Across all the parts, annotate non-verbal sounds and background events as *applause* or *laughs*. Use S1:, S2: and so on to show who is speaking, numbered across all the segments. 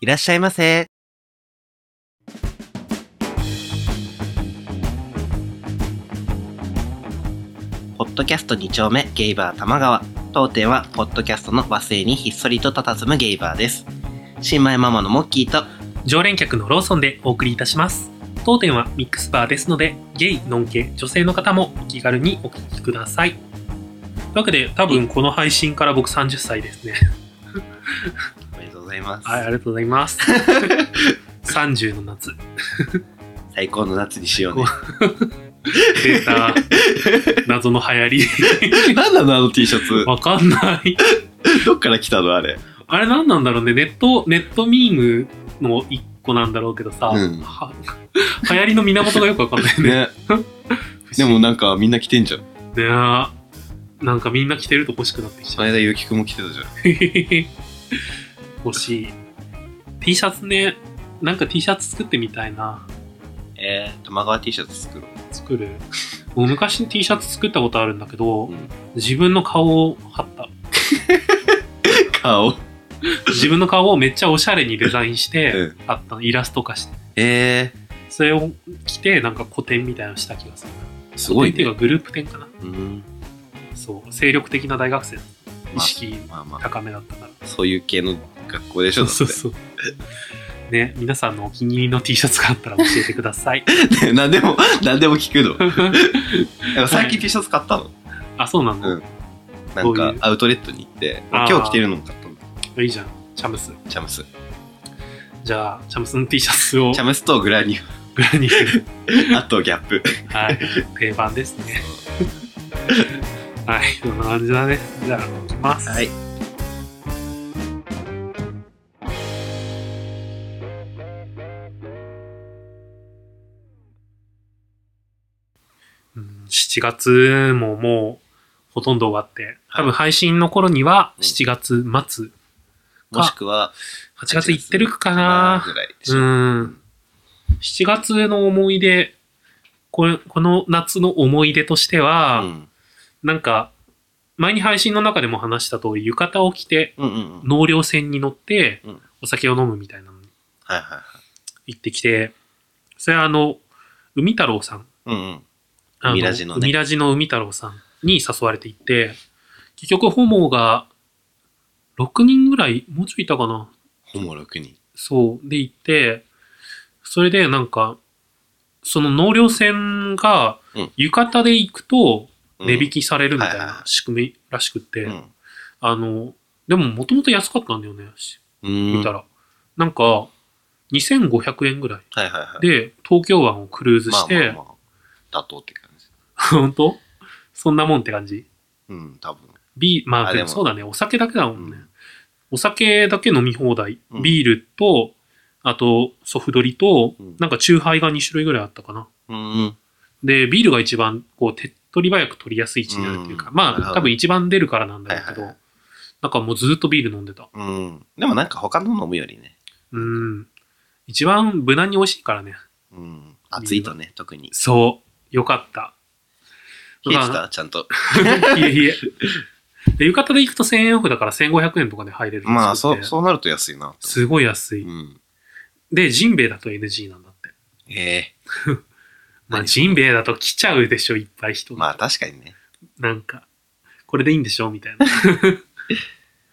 S1: いらっしゃいませ。ポッドキャスト2丁目ゲイバー玉川。当店はポッドキャストの和製にひっそりと佇むゲイバーです。新米ママのモッキーと
S2: 常連客のローソンでお送りいたします当店はミックスバーですのでゲイノン系女性の方もお気軽にお聞きくださいというわけで多分この配信から僕30歳で
S1: *laughs*
S2: すね
S1: おめでとうございます。
S2: はいありがとうございます
S1: *laughs*
S2: 30の夏
S1: 最高の夏にしようね。
S2: 出た謎の流
S1: *laughs*
S2: 行
S1: なん *laughs* なのあの T シャツ
S2: り。わかんない
S1: どっから来たのあれ。
S2: あれ何なんだろうねネットネットミームの一個なんだろうけどさ、
S1: うん
S2: は流行りの源がよくわかんないね
S1: *laughs* ね。でもなんかみんな着てんじゃん。
S2: ねえなんかみんな着てると欲しくなってきちゃう
S1: この間ゆうきくんも着てたじゃん。
S2: *laughs* 欲しい T シャツねなんか T シャツ作ってみたいな
S1: えー、玉川 T シャツ作ろう。
S2: 作る *laughs* もう昔に T シャツ作ったことあるんだけど、
S1: うん
S2: 自分の顔を貼った
S1: 顔。
S2: 自分の顔をめっちゃおしゃれにデザイン
S1: *laughs*
S2: して
S1: う
S2: 貼ったのイラスト化して
S1: え
S2: それを着てなんか個展みたいなのした気がする
S1: ー、すごい
S2: 個展っていう
S1: ね。
S2: かグループ展かな
S1: うん。
S2: そう精力的な大学生意識
S1: まあま
S2: 高めだったから
S1: あ、そういう系の学校でしょだって
S2: そうそうね皆さんのお気に入りの T シャツがあったら教えてください
S1: *laughs* 何でも、何でも聞くの。なんか最近 T シャツ買ったの。
S2: あそうなの、
S1: うんなん
S2: どう
S1: か
S2: いう
S1: アウトレットに行って、
S2: あ
S1: 今
S2: ー
S1: 日着てるのも買ったの。
S2: いいじゃんチャムス
S1: チャムス。
S2: じゃあチャムスの T シャツを
S1: チャムスとグラニュ
S2: グラニュ
S1: *laughs* ー、あとギャップ。
S2: ーはい定番ですねはいそんな感じだねじゃあ行きます、
S1: はい。
S2: うん7月ももうほとんど終わって多分配信の頃には
S1: うん
S2: 7月末、
S1: もしくは、
S2: 8月行ってるか
S1: まあ
S2: な
S1: ぐらいでしょ。
S2: うん7月の思い出これこの夏の思い出としては、
S1: うん
S2: なんか前に配信の中でも話した通り浴衣を着て
S1: うんうんうん。
S2: 納涼船に乗って
S1: うん
S2: お酒を飲むみたいなのに
S1: はいはいはい。
S2: 行ってきて、それはあの、海太郎さん。
S1: うんうん。
S2: あ
S1: 海ラジのね
S2: 海ラジの海太郎さんに誘われて行って、結局ホモが6人ぐらい、もうちょいいたかな。
S1: ホモ6人。
S2: そう。で行って、それでなんか、その納涼船が
S1: うん
S2: 浴衣で行くと
S1: うん
S2: 値引きされるみた
S1: は
S2: い
S1: いはいは
S2: ない仕組みらしくって、
S1: うん。
S2: あの、でももともと安かったんだよね。
S1: う
S2: 見
S1: ん。
S2: た
S1: はい
S2: ら、なんか2500円ぐらい
S1: はいはい。
S2: で東京湾をクルーズ
S1: ま
S2: し
S1: あ
S2: て、
S1: まあまあ、妥当って感じ。
S2: *laughs* 本当そんなもんって感じ
S1: うん、多分。
S2: ビーま
S1: あ
S2: あ
S1: で
S2: で
S1: も
S2: もそうだねお酒だけだもんね、
S1: うん
S2: お酒だけ飲み放題、
S1: うん
S2: ビールとあとソフドリと、
S1: うん
S2: なんかチューハイが2種類ぐらいあったかな
S1: うん。
S2: でビールが一番こう手っ取り早く取りやすい位置になるっていうか、
S1: うんなる
S2: ま
S1: ほ
S2: あ
S1: ど
S2: 多分一番出るからなんだろう
S1: はい
S2: けど、
S1: はいはい
S2: なんかもうずっとビール飲んでた
S1: うん。でもなんか他の飲むよりね。
S2: うん一番無難に美味しいからね
S1: うん。暑いとね、特に。
S2: そう。よかった。
S1: 冷えてたちゃんと。
S2: *laughs* いえいえ。で、浴衣で行くと1000円オフだから1500円とかで入れる
S1: *laughs*
S2: らしくて。
S1: まあ、そう、そうなると安いな。
S2: すごい安
S1: う
S2: い。
S1: ん。
S2: で、ジンベエだと NG なんだって。
S1: ええ。
S2: まあ、
S1: 何
S2: ジンベエだと来ちゃうでしょ、いっぱい人。
S1: まあ、確かにね。
S2: なんか、これでいいんでしょみたいな。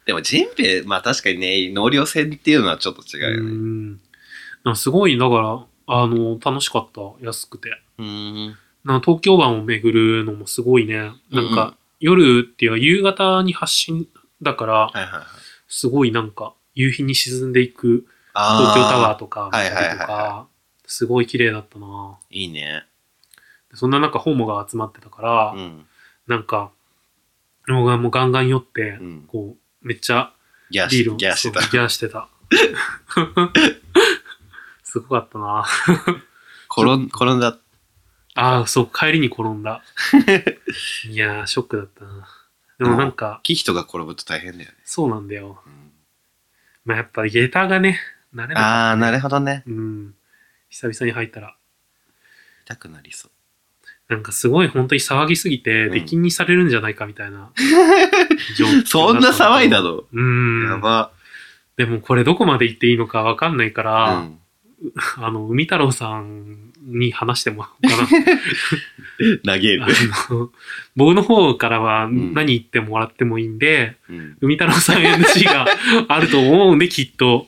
S1: でも、ジンベエ、まあ確かにね、納涼船っていうのはちょっと違うよ
S2: う
S1: ね。
S2: ん。なんかすごい、だから、あの、楽しかった。安くて。
S1: うん。
S2: なんか東京湾を巡るのもすごいね。なん
S1: うんうん
S2: か、夜っていうか夕方に発信だから、
S1: はいはいはい。
S2: すごいなんか、夕日に沈んでいく東
S1: あ
S2: 京タワ
S1: ー。
S2: ーとか、
S1: はいはいはいはい
S2: 見たりとかすごい綺麗だったない
S1: いね。
S2: そんな中、ホモが集まってたから、
S1: うん。
S2: なんか、僕がもうガンガン酔って、
S1: うん。
S2: こう、めっちゃ
S1: ギャー
S2: ビ
S1: し
S2: ールを
S1: ギャーしてた
S2: そ。うギャーしてた。 *laughs* すごかったな
S1: 転ん転んだ。
S2: ああ、そう、帰りに転
S1: *laughs*
S2: んだ。いやー、ショックだったなでもなんか、
S1: キヒトが転ぶと大変だよね。
S2: そうなんだよ。
S1: うん
S2: まあやっぱ、下駄がね、慣れない。
S1: ああ、なるほどね。
S2: うん。久々に入ったら。
S1: 痛くなりそう。
S2: なんかすごい本当に騒ぎすぎて、
S1: うん
S2: 出禁にさ
S1: *laughs*
S2: れるんじゃないかみたいな。
S1: そんな騒いだの
S2: うーん。
S1: やば。
S2: でもこれどこまで行っていいのかわかんないから、
S1: うん
S2: あの、海太郎さんに話してもらおうかな。
S1: 投げる。
S2: あ
S1: *laughs*
S2: の僕の方からは
S1: ん
S2: 何言ってもらってもいいんで、
S1: うん
S2: 海太郎さん NG があると思うんで、きっと。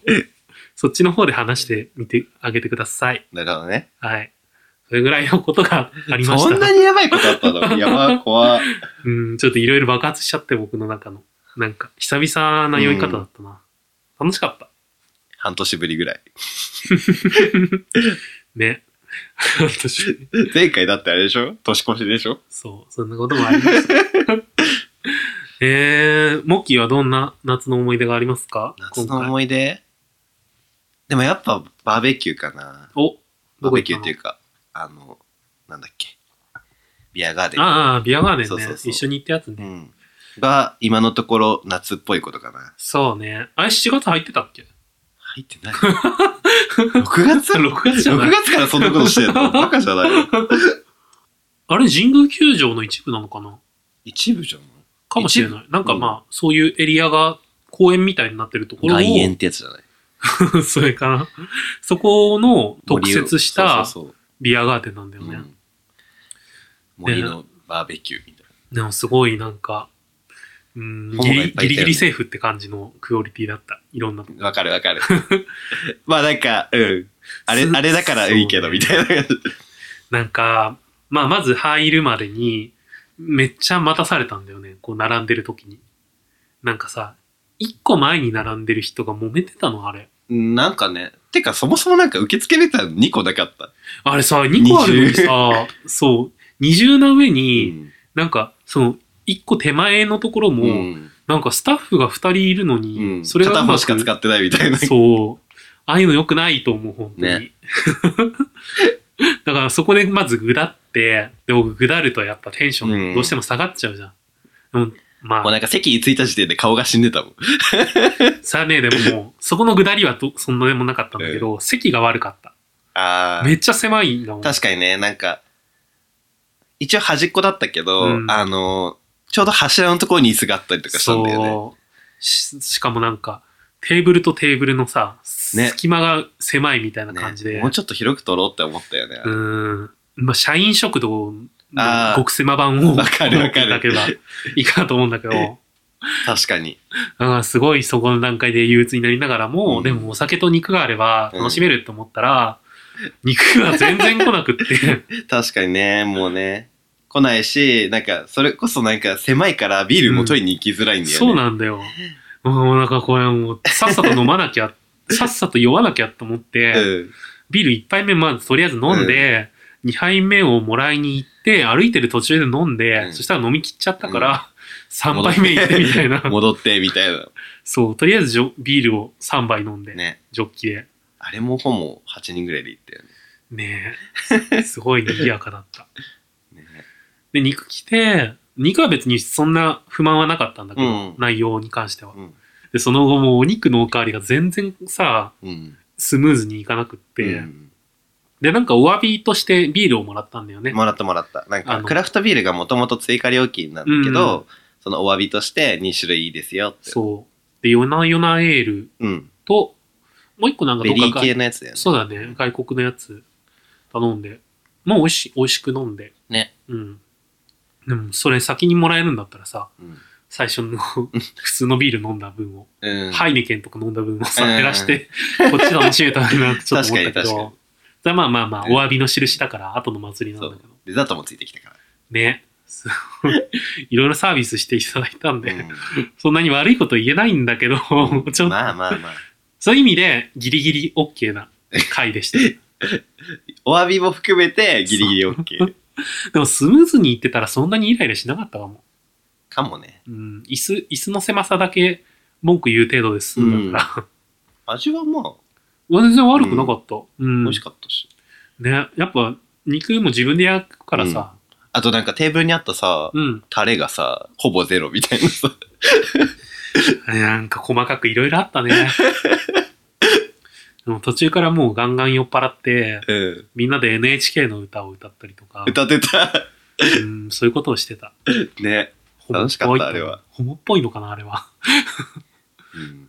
S2: そっちの方で話してみてあげてください。
S1: なるほどね。
S2: はい。それぐらいのことがありました。
S1: そんなにやばいことあったの *laughs* やばい、怖い。
S2: うん、ちょっといろいろ爆発しちゃって、僕の中の。なんか、久々な酔い方だったな。楽しかった。
S1: 半年ぶりぐらい。
S2: ね。 *laughs* 私 *laughs*
S1: 前回だってあれでしょ年越しでしょ
S2: そう、そんなこともありました。 *laughs* えー、モッキーはどんな夏の思い出がありますか
S1: 夏
S2: 今
S1: の
S2: 回
S1: 思い出でもやっぱバーベキューかな。
S2: お、
S1: バ
S2: ど
S1: ー
S2: こ
S1: ベ
S2: 行
S1: キュ
S2: っ
S1: ーっ
S2: た
S1: ていう
S2: の
S1: か、あの、なんだっけ。ビアガーデン。
S2: ああ、ビアガーデンね
S1: そうそうそう
S2: 一緒に行ったやつね。
S1: うん。が、今のところ夏っぽいことかな。
S2: そうね。あれ7月入ってたっけ
S1: 入って
S2: *laughs*
S1: ない。6月
S2: ?6 月じゃ
S1: ?6
S2: ない
S1: 月からそんなことしてん
S2: *laughs*
S1: のバカじゃないの
S2: あれ、神宮球場の一部なのかな
S1: 一部じゃない
S2: かもしれない。なんかまあ、そういうエリアが公園みたいになってるところを、
S1: 外苑ってやつじゃない
S2: *laughs* それかな。そこの特設し
S1: 森を
S2: た
S1: そうそう
S2: ビアガーデンなんだよ
S1: そうう
S2: ね。
S1: ん森のバーベキューみたいな。
S2: でもすごいなんか、うん、
S1: 本
S2: ギ
S1: がいっ
S2: リ
S1: ぱいいたよね
S2: ギリギリセーフって感じのクオリティだった。いろんなとこ。
S1: わかるわかる。 *laughs* まあなんか、うん。あれ、
S2: す
S1: あれだからいいけど、
S2: そうね
S1: みたいな感じ。
S2: なんか、まあまず入るまでに、めっちゃ待たされたんだよね。こう並んでる時に。なんかさ、一個前に並んでる人が揉めてたのあれ。
S1: うんなんかね、てかそもそもなんか受け付けれたの2個なかった。
S2: あれさ、2個あるのにさ、そう、二重な上に、なんか、その、一個手前のところ
S1: う
S2: も、
S1: ん。
S2: なんかスタッフが二人いるのに、
S1: うん。
S2: それがう
S1: 片
S2: ま
S1: 方
S2: く
S1: しか使ってないみたいな。
S2: そう。ああいうの良くないと思う、本当に。
S1: ね
S2: *laughs* だからそこでまずぐだって、で、僕ぐだるとやっぱテンシ
S1: う
S2: ョ
S1: ん
S2: ンどうしても下がっちゃうじゃん。でもま
S1: もう
S2: あ、
S1: なんか席に着いた時点で顔が死んでたもん。
S2: さあね、でももう、 *laughs* そこのぐだりはとそんなでもなかったんだけど、席が悪かった。
S1: あ
S2: めっちゃ狭いんだもん。
S1: あ。確かにね、なんか、一応端っこだったけど、
S2: うん
S1: あの、ちょうど柱のところに椅子があったりとかしたんだよね。
S2: そうし。しかもなんか、テーブルとテーブルのさ、
S1: ね
S2: 隙間が狭いみたいな感じで。
S1: ねもうちょっと広く取ろうって思ったよね。
S2: うーん。まあ、社員食堂の
S1: あー
S2: 極狭版を
S1: わかるわかる
S2: 持っていただければいいかなと思うんだ
S1: *laughs*
S2: けど、
S1: 確かに。
S2: あーすごいそこの段階で憂鬱になりながらも、
S1: うん
S2: でもお酒と肉があれば楽しめると思ったら、肉が全然来なくって、
S1: 確かにね、もうね。来ないし、なんか、それこそなんか狭いからビールも取りに行きづらいんだよね。
S2: そうなんだよ。もうなんかこれもう、さっさと飲まなき
S1: *laughs*
S2: ゃ、さっさと酔わなきゃと思って、
S1: うん
S2: ビール1杯目まずとりあえず飲んで、2杯目をもらいに行って、歩いてる途中で飲んで、
S1: うん
S2: そしたら飲み切っちゃったか
S1: う
S2: ら、3杯目行ってみたいな。
S1: 戻ってみたいな。
S2: そう、とりあえずジョビールを3杯飲んで、
S1: ね。
S2: ジョッキで。
S1: あれもほぼ8人ぐらいで行ったよ
S2: ねえ、すごい賑やかだった。 *laughs*
S1: ね。ね
S2: で、肉来て、肉は別にそんな不満はなかったんだけど、
S1: うん
S2: 内容に関しては。
S1: うん。
S2: で、その後もお肉のおかわりが全然さ、
S1: うん。
S2: スムーズにいかなくって、
S1: うん
S2: で、なんかお詫びとしてビールをもらったんだよね。
S1: もらったもらった。なん
S2: あ
S1: か、
S2: の
S1: クラフトビールがもともと追加料金なんだけ
S2: う
S1: ど、そのお詫びとして2種類いいですよって。
S2: そう。で、ヨナヨナエール
S1: うん。
S2: と、もう一個なんかど
S1: ベ
S2: っか
S1: リー
S2: が
S1: 系のやつだよね。
S2: そうだね。外国のやつ頼んで。もう美味し、美味しく飲んで。
S1: ね。
S2: うん。でも、それ先にもらえるんだったらさ、
S1: うん。
S2: 最初の普通のビール飲んだ分を、
S1: うん。
S2: ハイネケンとか飲んだ分をさ、
S1: うん
S2: 減らして、こっち楽しめたらなってちょっと思ったけ
S1: 確かに確か
S2: ど。だまあまあまあ、
S1: うん
S2: お詫びの印だから、後の祭りなんだけど。
S1: デザートもついてきた
S2: *laughs*
S1: か
S2: ね。そう *laughs* いろいろサービスしていただいたんで、
S1: ら。うん
S2: そんなに悪いこと言えないんだけど、ちょっと、
S1: まあまあまあ。
S2: そういう意味で、ギリギリ OK な回で
S1: *laughs*
S2: した。
S1: お詫びも含めてギリギリ OK。
S2: でもスムーズにいってたらそんなにイライラしなかったかも。
S1: かもね。
S2: うん、椅子、椅子の狭さだけ文句言う程度ですんだから。
S1: 味はまあ、
S2: 全然悪くなかった。うん。
S1: 美味しかったし。
S2: ね、やっぱ肉も自分で焼くからさ。
S1: あとなんかテーブルにあったさ、
S2: うん。
S1: タレがさ、ほぼゼロみたいなさ。
S2: なんか細かくいろいろあった *laughs* ね。でも途中からもうガンガン酔っ払って、
S1: *laughs* うん。
S2: みんなで NHK の歌を歌ったりとか、
S1: 歌ってた。
S2: うん、そういうことをしてた。
S1: ね。
S2: ホモぽい
S1: 楽しかったあれは。
S2: ホモっぽいのかな、あれは。
S1: うん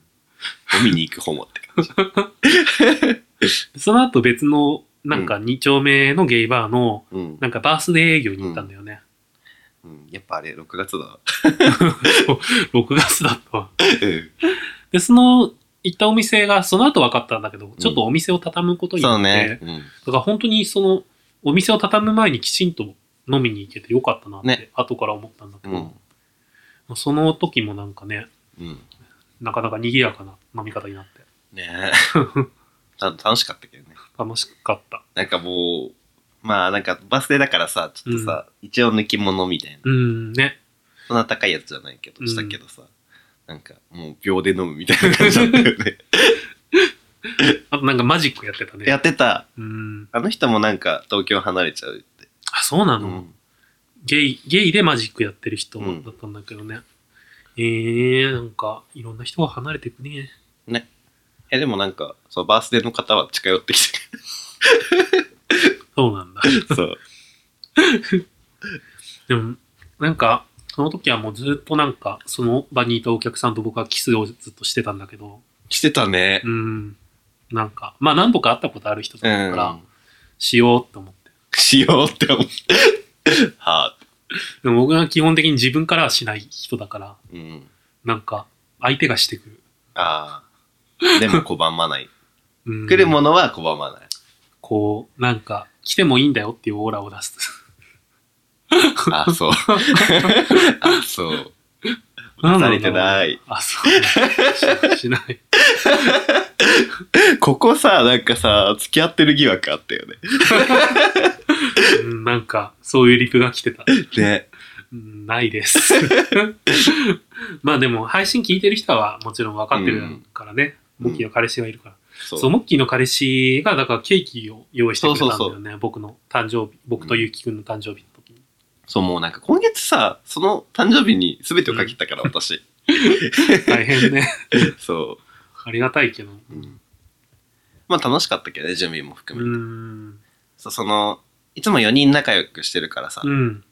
S1: 飲みに行くホモって感じ。
S2: その後別の、なんか2丁目のゲイバーの、
S1: うん。
S2: なんかバースデー営業に行ったんだよね。
S1: うん、やっぱあれ、6月だわ。
S2: 6月だったわ。
S1: うん
S2: で、その、行ったお店が、その後分かったんだけど、ちょっとお店を畳むことにな
S1: そ
S2: っ
S1: う
S2: て、
S1: ね。うん。
S2: だから本当にその、お店を畳む前にきちんと飲みに行けてよかったなって、
S1: ね
S2: 後から思ったんだけ
S1: う
S2: ど
S1: ん、。
S2: その時もなんかね、
S1: うん。
S2: なかなか賑やかな飲み方になって、
S1: ねえ。ちゃんと楽し *laughs* かったけどね。
S2: 楽しかった。
S1: なんかもう、まあなんかバス停だからさ、ちょっとさ、一応抜き物みたいな。
S2: うん、ね。
S1: そんな高いやつじゃないけ
S2: う
S1: ど、
S2: ん
S1: したけどさ。なんか、もう秒で飲むみたいな感じだったよ *laughs* ね。
S2: あとなんかマジックやってたね。
S1: やってた。
S2: うん。
S1: あの人もなんか東京離れちゃうって。
S2: あ、そうな
S1: う
S2: の、
S1: ん。
S2: ゲイ、ゲイでマジックやってる人だったんだけどね。えー、なんか、いろんな人が離れていくね。
S1: え、でもなんか、そう、バースデーの方は近寄ってきて。
S2: そうなんだ。 *laughs*
S1: そう。
S2: でも、なんか、その時はもうずっとなんか、その場にいたお客さんと僕はキスをずっとしてたんだけど、
S1: 来てたね。
S2: うん。なんか、まあ何度か会ったことある人
S1: う
S2: だったから
S1: ん、。
S2: しようと思って。
S1: しようって思って。はあ。
S2: でも僕は基本的に自分からはしない人だから、
S1: うん。
S2: なんか、相手がしてくる。
S1: ああ。でも拒まない。
S2: うん、
S1: 来るものは拒まない。
S2: こう、なんか、来てもいいんだよっていうオーラを
S1: *laughs*
S2: 出す。
S1: あ、
S2: *laughs*
S1: そう。あ、そう。
S2: なんだ
S1: さ
S2: ろ
S1: れ
S2: うな
S1: てない。
S2: あ、そう。しし *laughs* ない。
S1: ここさ、なんかさ、付き合ってる疑惑あったよね。
S2: うん、なんか、そういうリプが来てた。
S1: ね。
S2: うんな
S1: *laughs*
S2: いです。まあでも、配信聞いてる人はもちろん分かってるからね。
S1: うん
S2: モッキーの彼氏がいるから。
S1: そう。
S2: そう、モッキーの彼氏が、だからケーキを用意してくれたんだよね。
S1: そうそ
S2: 僕の誕生日、僕とゆうきくんの誕生日の時に。
S1: そう、もうなんか今月さ、その誕生日に全てをかけたから、私。
S2: 大変ね。
S1: *laughs* そ
S2: ありがたいけど。
S1: う。うんまあ楽しかったけどね、準備も
S2: う
S1: 含め。
S2: ん。
S1: そうその、いつも4人仲良くしてるからさ、
S2: うん。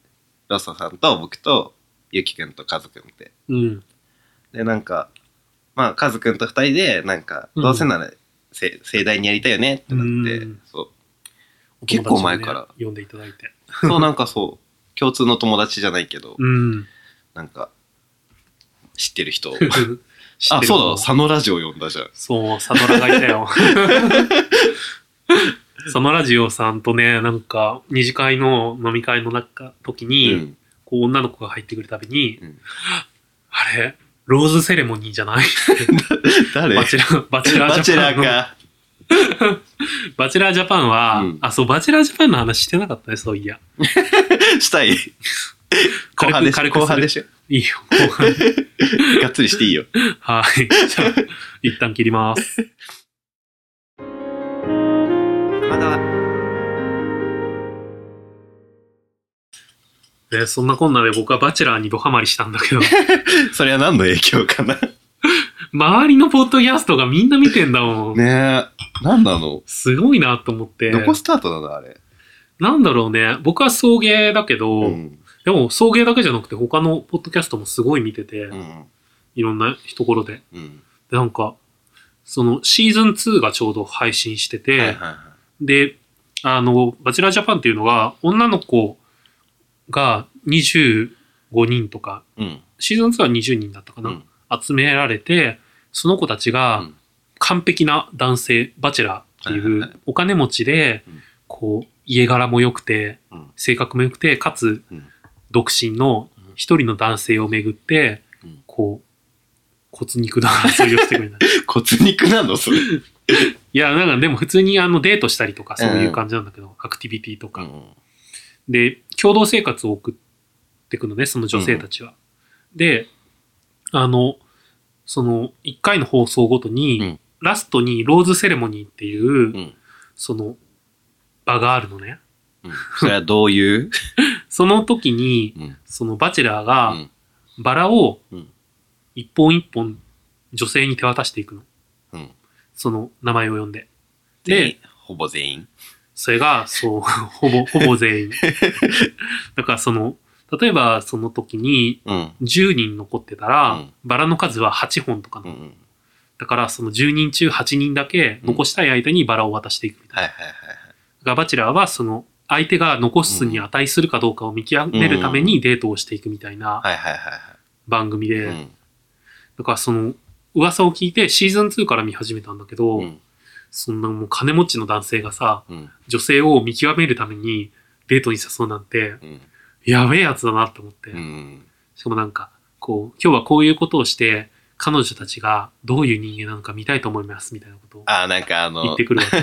S1: ロッソさんと僕と、ゆきくんとカズくんって。
S2: うん。
S1: で、なんか、まあ、カズくんと二人で、なんか、
S2: うん
S1: どうせなら、せ盛大にやりたいよねってなって
S2: うん、
S1: そう。結構前から
S2: お友達をね呼んでいただいて。
S1: そう、なんかそう、共通の友達じゃないけど、
S2: うん。
S1: なんか、知ってる人を。
S2: *laughs* 知っ
S1: *laughs* あ、
S2: てる
S1: そう
S2: も
S1: だ
S2: ん
S1: わ、佐野ラジオ呼んだじゃん。
S2: そう、サノラがい
S1: *laughs*
S2: たよ。サノラジオさんとね、なんか、二次会の飲み会の中、時に、
S1: うん。
S2: こう、女の子が入ってくるたびに、
S1: うん
S2: あれ、ローズセレモニーじゃない
S1: 誰
S2: バチェ *laughs* ラー、バチェラー
S1: バ
S2: ジ
S1: チ
S2: ャ
S1: ェ
S2: パ
S1: ラ
S2: ン
S1: ー
S2: の。
S1: か。
S2: バチェラージャパンは、
S1: うん
S2: あ、そう、バチェラージャパンの話してなかったね、そういや。
S1: したい。後半で
S2: 軽く
S1: しょ。
S2: 軽くする
S1: 後半でしょ。
S2: いいよ、後半。
S1: がっつりしていいよ。
S2: はい。じゃあ、一旦切ります。
S1: まだ、
S2: で、そんなこんなで僕はバチェラーにドハマりしたんだ *laughs* けど、
S1: それは何の影響かな。
S2: 周りのポッドキャストがみんな見てんだもん。
S1: ねえ、何なの
S2: すごいなと思って。
S1: どこスタートなのあれ。
S2: なんだろうね。僕は送迎だけど、
S1: うん。
S2: でも送迎だけじゃなくて他のポッドキャストもすごい見てて、
S1: うん。
S2: いろんなところで。
S1: うん。
S2: で、なんか、そのシーズン2がちょうど配信して
S1: は
S2: て、
S1: いはいは
S2: で、あの、バチェラージャパンっていうのが、女の子が25人とか、
S1: い。うん。
S2: シーズン2は20人だったかな、
S1: うん
S2: 集められて、その子たち
S1: う
S2: が
S1: ん
S2: 完璧な男性、バチェラーって
S1: はいはい
S2: い
S1: はいう
S2: お金持ちで
S1: うん、
S2: こう、家柄も良くて、
S1: うん。
S2: 性格も良くて、かつ
S1: うん、
S2: 独身の一人の男性をめぐって
S1: うん、
S2: こう、骨肉の争いをしてく
S1: *laughs*
S2: れない。
S1: 骨肉なのそれ。
S2: いや、なんかでも普通にあのデートしたりとかそういう感じなんだけど、アクティビティとか。
S1: ん。
S2: で、共同生活を送っていくのね、その女性たちは。で、あの、その、一回の放送ごと
S1: う
S2: に
S1: ん、
S2: ラストにローズセレモニーっていうう、
S1: ん。
S2: その、場があるのね。
S1: それはどう *laughs* いう
S2: その時に、
S1: うん。
S2: そのバチェラーが、
S1: うん
S2: バラを
S1: うん
S2: 一本一本女性に手渡していくの。
S1: うん
S2: その名前を呼んで。
S1: 全員
S2: で、
S1: ほぼ全員。
S2: それが、そう、ほぼ、ほぼ
S1: *laughs*
S2: 全員。だからその、例えばその時に
S1: うん。
S2: 10人残ってたら、
S1: うん
S2: バラの数は8本とか
S1: う
S2: の。
S1: ん。
S2: だだから、その10人中8人だけ残したい相手にバラを渡していくみたいな。
S1: はいはいはい
S2: がバチェラーはその相手が残すに値するかどうかを見極めるためにデートをしていくみたいな
S1: はいはいはいはい
S2: 番組で、
S1: はい
S2: だからその噂を聞いてシーズン2から見始めたんだけど、
S1: うんうん
S2: そんなもう金持ちの男性がさ、
S1: うん
S2: 女性を見極めるためにデートに誘うなんて、
S1: うん
S2: やべえやつだなって思って。
S1: うん
S2: しかもなんか、こう、今日はこういうことをして、彼女たちがどういう人間なのか見たいと思いますみたいなことを
S1: ああなんかあ
S2: 言っ
S1: の
S2: てくるわけ。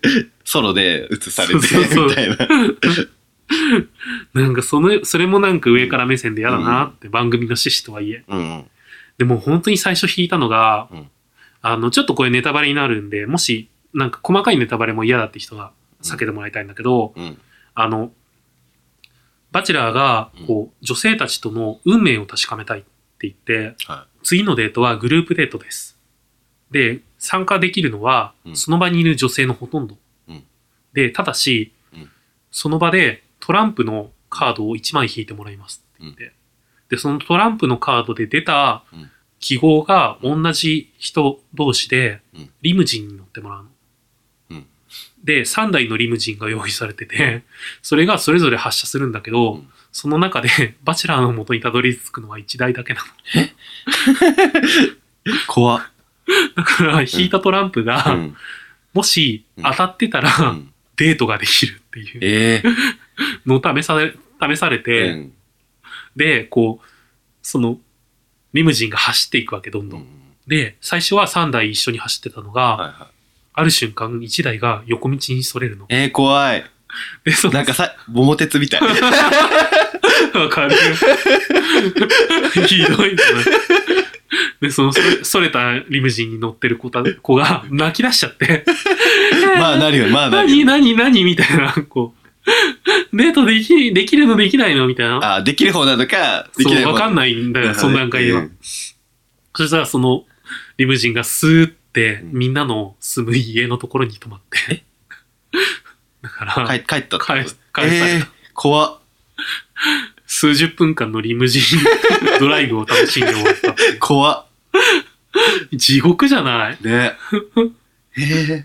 S1: *laughs* ソロで映されて
S2: そうそうそう
S1: みたいな
S2: なんかその、それもなんか上から目線で嫌だなって、番組の趣旨とはいえ。
S1: うん
S2: でも本当に最初引いたのが、
S1: うん
S2: あの、ちょっとこれネタバレになるんで、もし、なんか細かいネタバレも嫌だって人は避けてもらいたいんだけど、
S1: うん
S2: あの、バチェラーが
S1: うん、
S2: こう、女性たちとの運命を確かめたいって言って、
S1: は
S2: 次のデートはグループデートです。で、参加できるのは
S1: う、ん
S2: その場にいる女性のほとんど。
S1: うん
S2: で、ただし、
S1: うん
S2: その場でトランプのカードを1枚引いてもらいますって言って。で、そのトランプのカードで出た
S1: うん
S2: 記号が同じ人同士で
S1: うん、
S2: リムジンに乗ってもらうの。
S1: うん
S2: で、3台のリムジンが用意されてて、それがそれぞれ発射するんだけど、
S1: うん
S2: その中でバチェラーの元にたどり着くのは1台だけなの。
S1: 怖っ
S2: だから、引いたトランプが、
S1: うん
S2: もし
S1: うん
S2: 当たってたら、
S1: うん
S2: デートができるってい
S1: *laughs*
S2: う
S1: ええ
S2: のを試され、試されて、
S1: うん
S2: で、こう、その、リムジンが走っていくわけ、どん
S1: う
S2: どん。
S1: ん
S2: で、最初は3台一緒に走ってたのが、
S1: はいはい
S2: ある瞬間1台が横道にそれるの。
S1: えー、怖い
S2: で、そ
S1: なんかさ桃鉄みた *laughs* い
S2: わかる。ひどいね。で、そのそれ、それたリムジンに乗ってる子た子が泣き出しちゃって。
S1: まあなるよまあなる
S2: 何
S1: よ
S2: 何何みたいな、こう。デートでき、できるのできないのみたいな。
S1: あーできる方なのかでき
S2: そう、
S1: 方
S2: わかんないんだよ、その段階で
S1: う
S2: は
S1: ん。
S2: そしたら、その、リムジンがスーって、
S1: うん
S2: みんなの住む家のところに泊まって。 *laughs* だから、
S1: 帰帰ったってこ
S2: 帰帰
S1: と
S2: された
S1: えー、怖っ
S2: 数十分間のリムジンドライブを楽しんで終わった。
S1: *laughs* 怖っ
S2: 地獄じゃない
S1: ねえ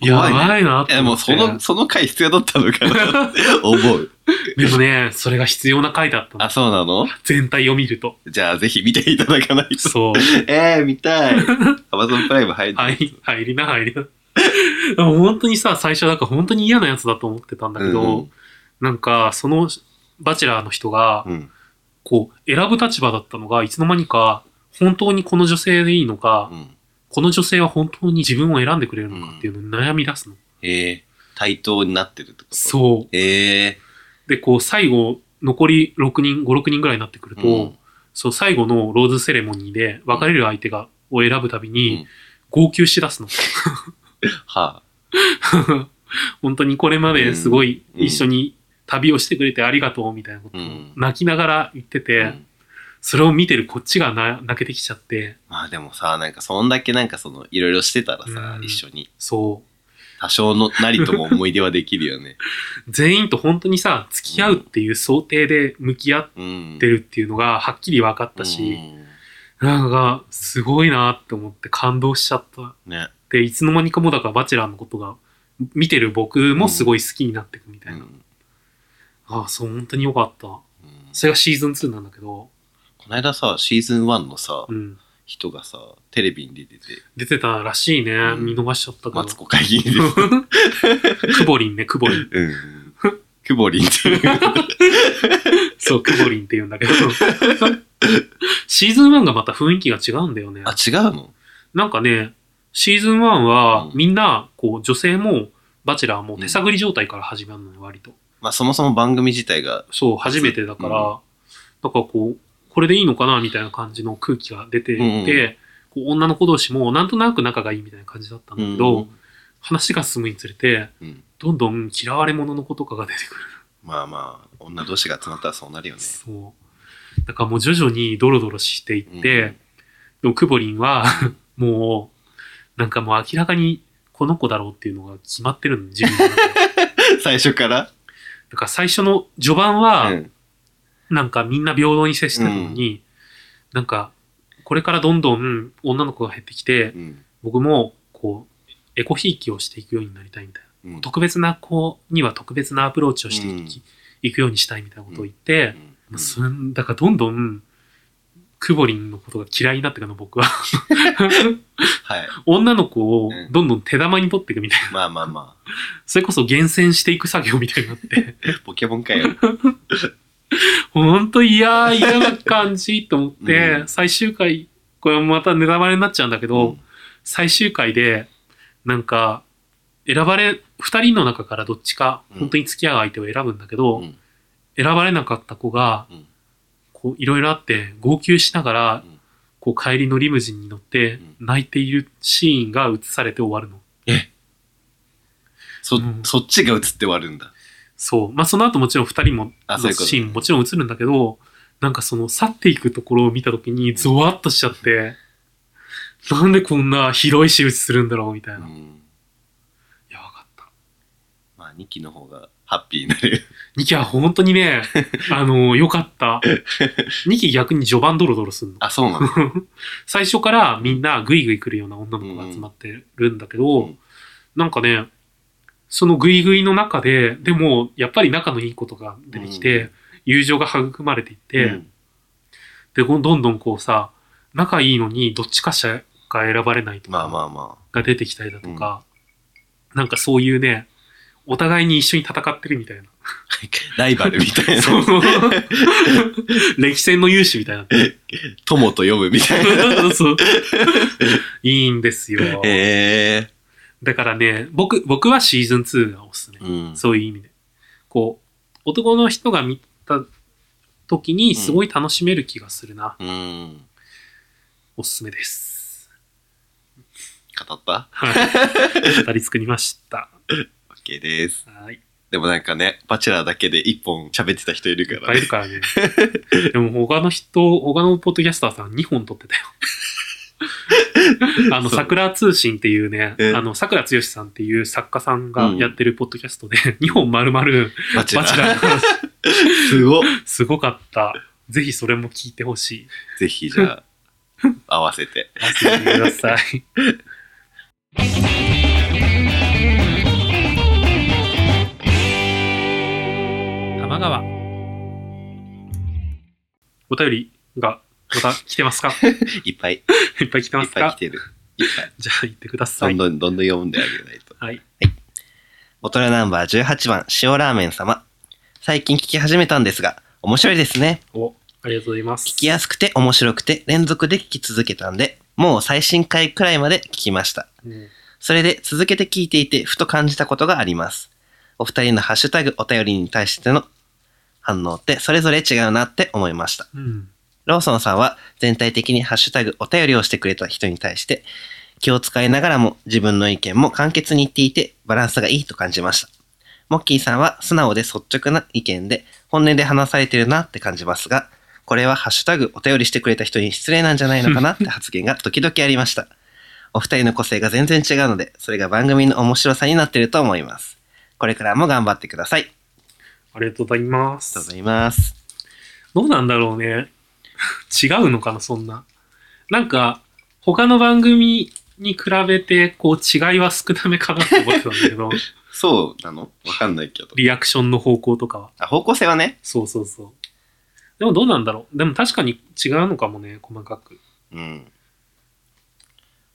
S1: ー
S2: や
S1: 怖いね
S2: ばいなっ
S1: い
S2: て
S1: や、
S2: 思
S1: もう
S2: って。
S1: その、その回必要だったのかなって思う。
S2: *laughs* でもね、それが必要な回だったの
S1: あ、。そうなの
S2: 全体を見ると。
S1: じゃあぜひ見ていただかない
S2: *laughs*
S1: と。
S2: そう。
S1: えー、見 *laughs* たい。アマゾンプライム入る。
S2: はい、入りな、入りな。 *laughs* でも本当にさ、最初だから本当に嫌なやつだと思ってたんだけど、
S1: うん
S2: なんか、その、バチェラーの人が、
S1: うん。
S2: こう、選ぶ立場だったのが、いつの間にか、本当にこの女性でいいのか、
S1: うん。
S2: この女性は本当に自分を選んでくれるのかっていうのに悩み出すの。
S1: えー、対等になってるってことう。
S2: そう。
S1: え
S2: で、こう、最後、残り6人、5、6人ぐらいになってくる
S1: ー、
S2: と、そう、最後のローズセレモニーで、別れる相手が、を選ぶたび
S1: うん
S2: に、号泣しだすの。
S1: はあ、
S2: 本当にこれまですごい
S1: うん
S2: 一緒に旅をしてくれてありがとうみたいなことを
S1: うん
S2: 泣きながら言ってて、
S1: うん
S2: それを見てるこっちがな泣けてきちゃって、
S1: まあでもさ、なんかそんだけなんかその、いろいろしてたらさ、
S2: うん
S1: 一緒に。
S2: そ
S1: 多少のなりとも思い出はできるよね。
S2: う、全員と本当にさ、付き合うっていう想定で向き合っ
S1: うん。
S2: てるっていうのがはっきり分かった
S1: う
S2: し、
S1: ん
S2: なんかすごいなって思って感動しちゃった。
S1: ね。
S2: で、いつの間にかもうだからバチェラーのことが、見てる僕もすごい好きになってくみた
S1: う
S2: いな。
S1: ん。
S2: ああ、そう、本当によかった。
S1: うん
S2: それがシーズン2なんだけど、
S1: この間さ、シーズン1のさ
S2: う、ん。
S1: 人がさ、テレビに出てて、
S2: 出てたらしいね。
S1: うん
S2: 見逃しちゃったか
S1: マ
S2: ら。
S1: ツコ会議で。
S2: *laughs* クボリンね、クボリン。
S1: うん。クボリンっていう。
S2: *laughs* そう、クボリンって言うんだけど。 *laughs* シーズン1がまた雰囲気が違うんだよね
S1: あ、。違うの
S2: なんかね、シーズン1は
S1: うん
S2: みんな、こう、女性も、バチェラーも手探り状態から始まるのよ、割と。
S1: まあそもそも番組自体が、
S2: そう、初めてだから、
S1: う
S2: なんかこう、これでいいのかなみたいな感じの空気が出ていて、こう女の子同士もなんとなく仲がいいみたいな感じだったんだけど、話が進むにつれて、
S1: うん
S2: どんどん嫌われ者の子とかが出てくる。
S1: まあまあ、女同士が集まったらそうなるよね。
S2: そう。だからもう徐々にドロドロしていって、
S1: うん
S2: でもクボリンは、 *laughs* もう、なんかもう明らかにこの子だろうっていうのが決まってるの、自分の中
S1: *laughs* *laughs*
S2: で。
S1: 最初から
S2: だから最初の序盤は、
S1: うん
S2: なんかみんな平等に接してるのに、なんか、これからどんどん女の子が減ってきて、
S1: うん。
S2: 僕も、こう、エコひいきをしていくようになりたいみたいな。
S1: うん。
S2: 特別な子には特別なアプローチをしていき、
S1: う
S2: いくようにしたいみたいなことを言って、
S1: うん
S2: まあすん、だからどんどん、クボリンのことが嫌いになってくの、僕は。 *laughs*
S1: はい。
S2: 女の子を
S1: うん
S2: どんどん手玉に取っていくみたいな。
S1: まあまあま
S2: それこそ厳選していく作業みたいにな *laughs* って、
S1: あ。ポケモンかよ。
S2: ほんと嫌、嫌な感じと思って、
S1: うん
S2: 最終回、これもまたネタバレになっちゃうんだけど、
S1: うん
S2: 最終回で、なんか、選ばれ、二人の中からどっちか、
S1: うん
S2: 本当に付き合う相手を選ぶんだけど、
S1: うん
S2: 選ばれなかった子が、
S1: うん
S2: こう、いろいろあって、号泣しながら、
S1: うん
S2: こう、帰りのリムジンに乗って、
S1: うん
S2: 泣いているシーンが映されて終わるの。
S1: そ
S2: うん、
S1: そっちが映って終わるんだ。
S2: そう。まあ、その後もちろん二人も、
S1: あそういうことね
S2: シーンもちろん映るんだけど、なんかその、去っていくところを見た時に、ゾワッとしちゃって、なんでこんな広い仕打ちするんだろうみたいうな。
S1: ん。
S2: やばかった。
S1: まあ、2期の方がハッピーになれる。
S2: 2期は本当
S1: *laughs*
S2: にね、あの良かった。2期逆に序盤ドロドロするの。
S1: あ、そうなの。
S2: *laughs* 最初からみんなグイグイ来るような女の子が集まってるんだけど、
S1: うん
S2: なんかね、そのグイグイの中で、でも、やっぱり仲のいいことが出てきて、
S1: うん
S2: 友情が育まれていって、
S1: うん
S2: で、どんどんこうさ、仲いいのにどっちかしか選ばれないとか、
S1: まあまあま
S2: が出てきたりだとか、なんかそういうね、お互いに一緒に戦ってるみたい
S1: *laughs*
S2: な。
S1: あ。 *laughs* ライバルみたいな。
S2: そう *laughs* 歴戦の勇士みたいな。
S1: 友と読むみたいな。
S2: *laughs* そういいんですよ。
S1: え
S2: だからね、僕、僕はシーズン2がおすすめ
S1: え。うん。
S2: そういう意味で。こう、男の人が見た時にすごい楽しめる気がするな。
S1: うん。
S2: おすすめです。
S1: 語った *laughs*
S2: はい。語り尽くりました。
S1: ?OK です。
S2: はい。い
S1: でもなんかね、バチェラーだけで一本喋ってた人いる
S2: っ
S1: か
S2: ぱ
S1: ら
S2: いいる
S1: ね。
S2: からね。でも他の人、他のポッドキャスターさん2本撮っ
S1: *laughs*
S2: てたよ。あの、
S1: そう
S2: 桜通信っていうね
S1: え、
S2: あの、桜剛さんっていう作家さんがやってるポッドキャストで、2本丸々、
S1: バチェ
S2: バチェラ
S1: ラー。
S2: ーの話
S1: すごっ
S2: すごかった。ぜひそれも聞いてほしい。
S1: ぜひじゃあ、合わせて。
S2: 聞いてください。玉川。お便りがまた来てます *laughs* か
S1: いっぱい、いっ
S2: いっぱい来て
S1: ぱ
S2: ま
S1: い
S2: すか
S1: 来てる。いっぱい。
S2: じゃあ言ってくださ
S1: どん
S2: い。
S1: どん、どんどん読んであげないと。
S2: はい。
S1: ボトルナンバー18番、塩ラーメン様。最近聞き始めたんですが、面白いですね。
S2: お、ありがとうございます。
S1: 聞きやすくて面白くて連続で聞き続けたんで、もう最新回くらいまで聞きました。
S2: うん
S1: それで続けて聞いていてふと感じたことがあります。お二人のハッシュタグお便りに対しての反応ってそれぞれ違うなって思いました。
S2: うん。
S1: ローソンさんは全体的にハッシュタグお便りをしてくれた人に対して気を使いながらも自分の意見も簡潔に言っていてバランスがいいと感じました。モッキーさんは素直で率直な意見で本音で話されてるなって感じますが、これはハッシュタグお便りしてくれた人に失礼なんじゃないのかなって発言が時々ありました。お二人の個性が全然違うので、それが番組の面白さになってると思います。これからも頑張ってください。あり
S2: ありがとうございま
S1: がとうご
S2: す。
S1: ざいます。
S2: どうなんだろうね。違うのかな、そんな。なんか、他の番組に比べて、こう、違いは少なめかなって思ってたんだけど、
S1: そうなのわかんないけど。
S2: リアクションの方向とかは。
S1: あ方向性はね。
S2: そうそうそう。でもどうなんだろう。でも確かに違うのかもね、細かく。
S1: うん。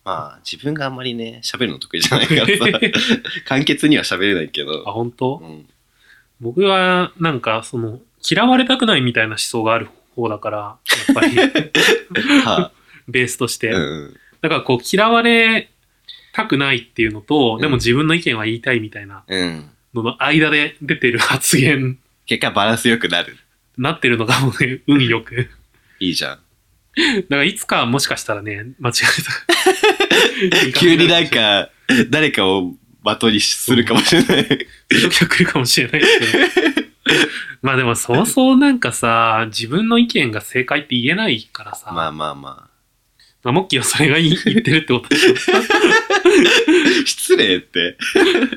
S1: まあ、自分があんまりね、喋るの得意じゃないからさ、簡潔には喋れないけ
S2: *laughs* あ、
S1: ど、
S2: 本当
S1: う？ん、
S2: 僕は、なんか、その、嫌われたくないみたいな思想がある方だから、やっぱ
S1: *laughs*
S2: り、
S1: はあ、
S2: ベースとして。
S1: うんうん、
S2: だから、こう、嫌われたくないっていうのと、で
S1: うん
S2: も自分の意見は言いたいみたいな
S1: うん。
S2: のの間で出てる発言
S1: 結果バランス良くなる。
S2: なってるのがもうね、運よく。
S1: いいじゃん。
S2: だからいつかもしかしたらね、間違
S1: *laughs*
S2: えた。
S1: 急になん、か、誰かを的にするかもしれない。
S2: 時が来るかもしれないけど。まあでもそうそうなんかさ、自分の意見が正解って言えないからさ、
S1: *laughs* まあまあまあ。
S2: まあ、モッキーはそれがいい言ってるってことでしょ
S1: 失礼って。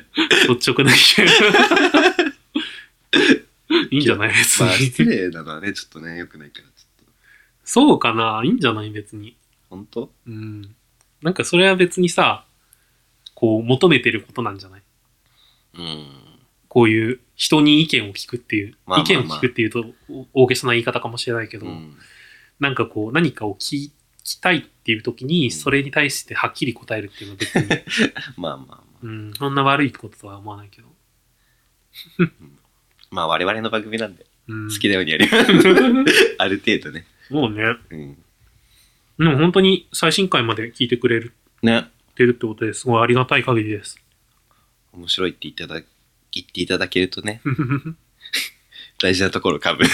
S1: *laughs*
S2: 率直な意見。いいんじゃない別 *laughs*
S1: まあ、失
S2: に。
S1: 礼なのはね、ちょっとね、良くないから、ちょっ
S2: そうかないいんじゃない別に。
S1: 本当
S2: うん。なんかそれは別にさ、こう求めてることなんじゃない
S1: うん。
S2: こういう人に意見を聞くっていう、
S1: まあまあまあ
S2: 意見を聞くっていうとお大げさな言い方かもしれないけど、
S1: うん。
S2: なんかこう何かを聞きたいっていう時にそれに対してはっきり答えるっていうのは別に、
S1: まあまあまあ。
S2: うん、 *laughs* そんな悪いこととは思わないけど。
S1: まあ我々の番組なんで、
S2: うん、
S1: 好きなようにやる。
S2: *laughs*
S1: ある程度ね。
S2: もうね、
S1: うん。
S2: でも本当に最新回まで聞いてくれる
S1: ね。
S2: ってるってことですごいありがたい限りです。 *laughs*
S1: 面白いって言っていただ、言っていただけるとね、大事なところかぶ。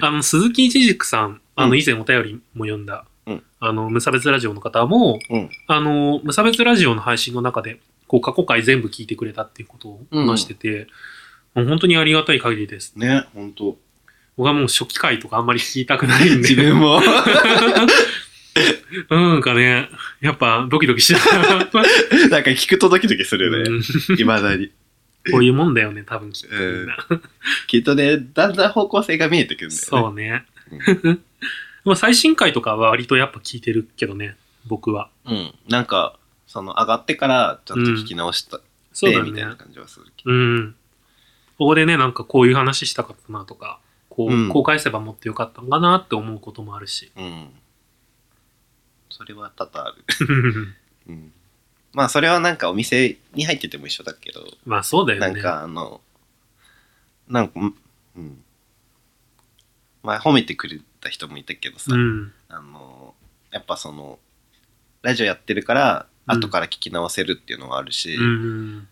S2: あの、鈴木一軸さん、あ
S1: う
S2: の、
S1: ん
S2: 以前お便りも読んだ、
S1: うん
S2: あの、無差別ラジオの方も、
S1: うん。
S2: あの、無差別ラジオの配信の中で、こう、過去回全部聞いてくれたっていうことを話してて、もう本当にありがたい限りです。
S1: ね、本当
S2: 僕はもう初期回とかあんまり聞きたくないんで。
S1: 自
S2: *laughs*
S1: 分も。 *laughs*
S2: なんかね、やっぱドキドキしちゃう。
S1: なんか聞くとドキドキする
S2: う
S1: よね。
S2: ん
S1: いまだに。
S2: こういうもんだよね、多分きっとみんな。
S1: きっとね、だんだん方向性が見えてくるんだよね。
S2: そうね。まあ最新回とかは割とやっぱ聞いてるけどね、僕は。
S1: うん。なんか、その上がってからちゃんと聞き直したって、
S2: そうだ
S1: みたい
S2: ね
S1: な。感じはするけど。
S2: うん。ここでね、なんかこういう話したかったなとか、こう、
S1: うん
S2: こう返せばもっとよかったんかなって思うこともある
S1: *laughs*
S2: し。
S1: うん。それは多々ある。うん。まあ、それはなんかお店に入ってても一緒だけど、
S2: まあそうだよ
S1: な
S2: ね。
S1: んかあの、なんか、うん。まあ、褒めてくれた人もいたけどさ、
S2: うん。
S1: あの、やっぱその、ラジオやってるから、
S2: うん
S1: 後から聞き直せるっていうのはあるし、
S2: うん。
S1: うん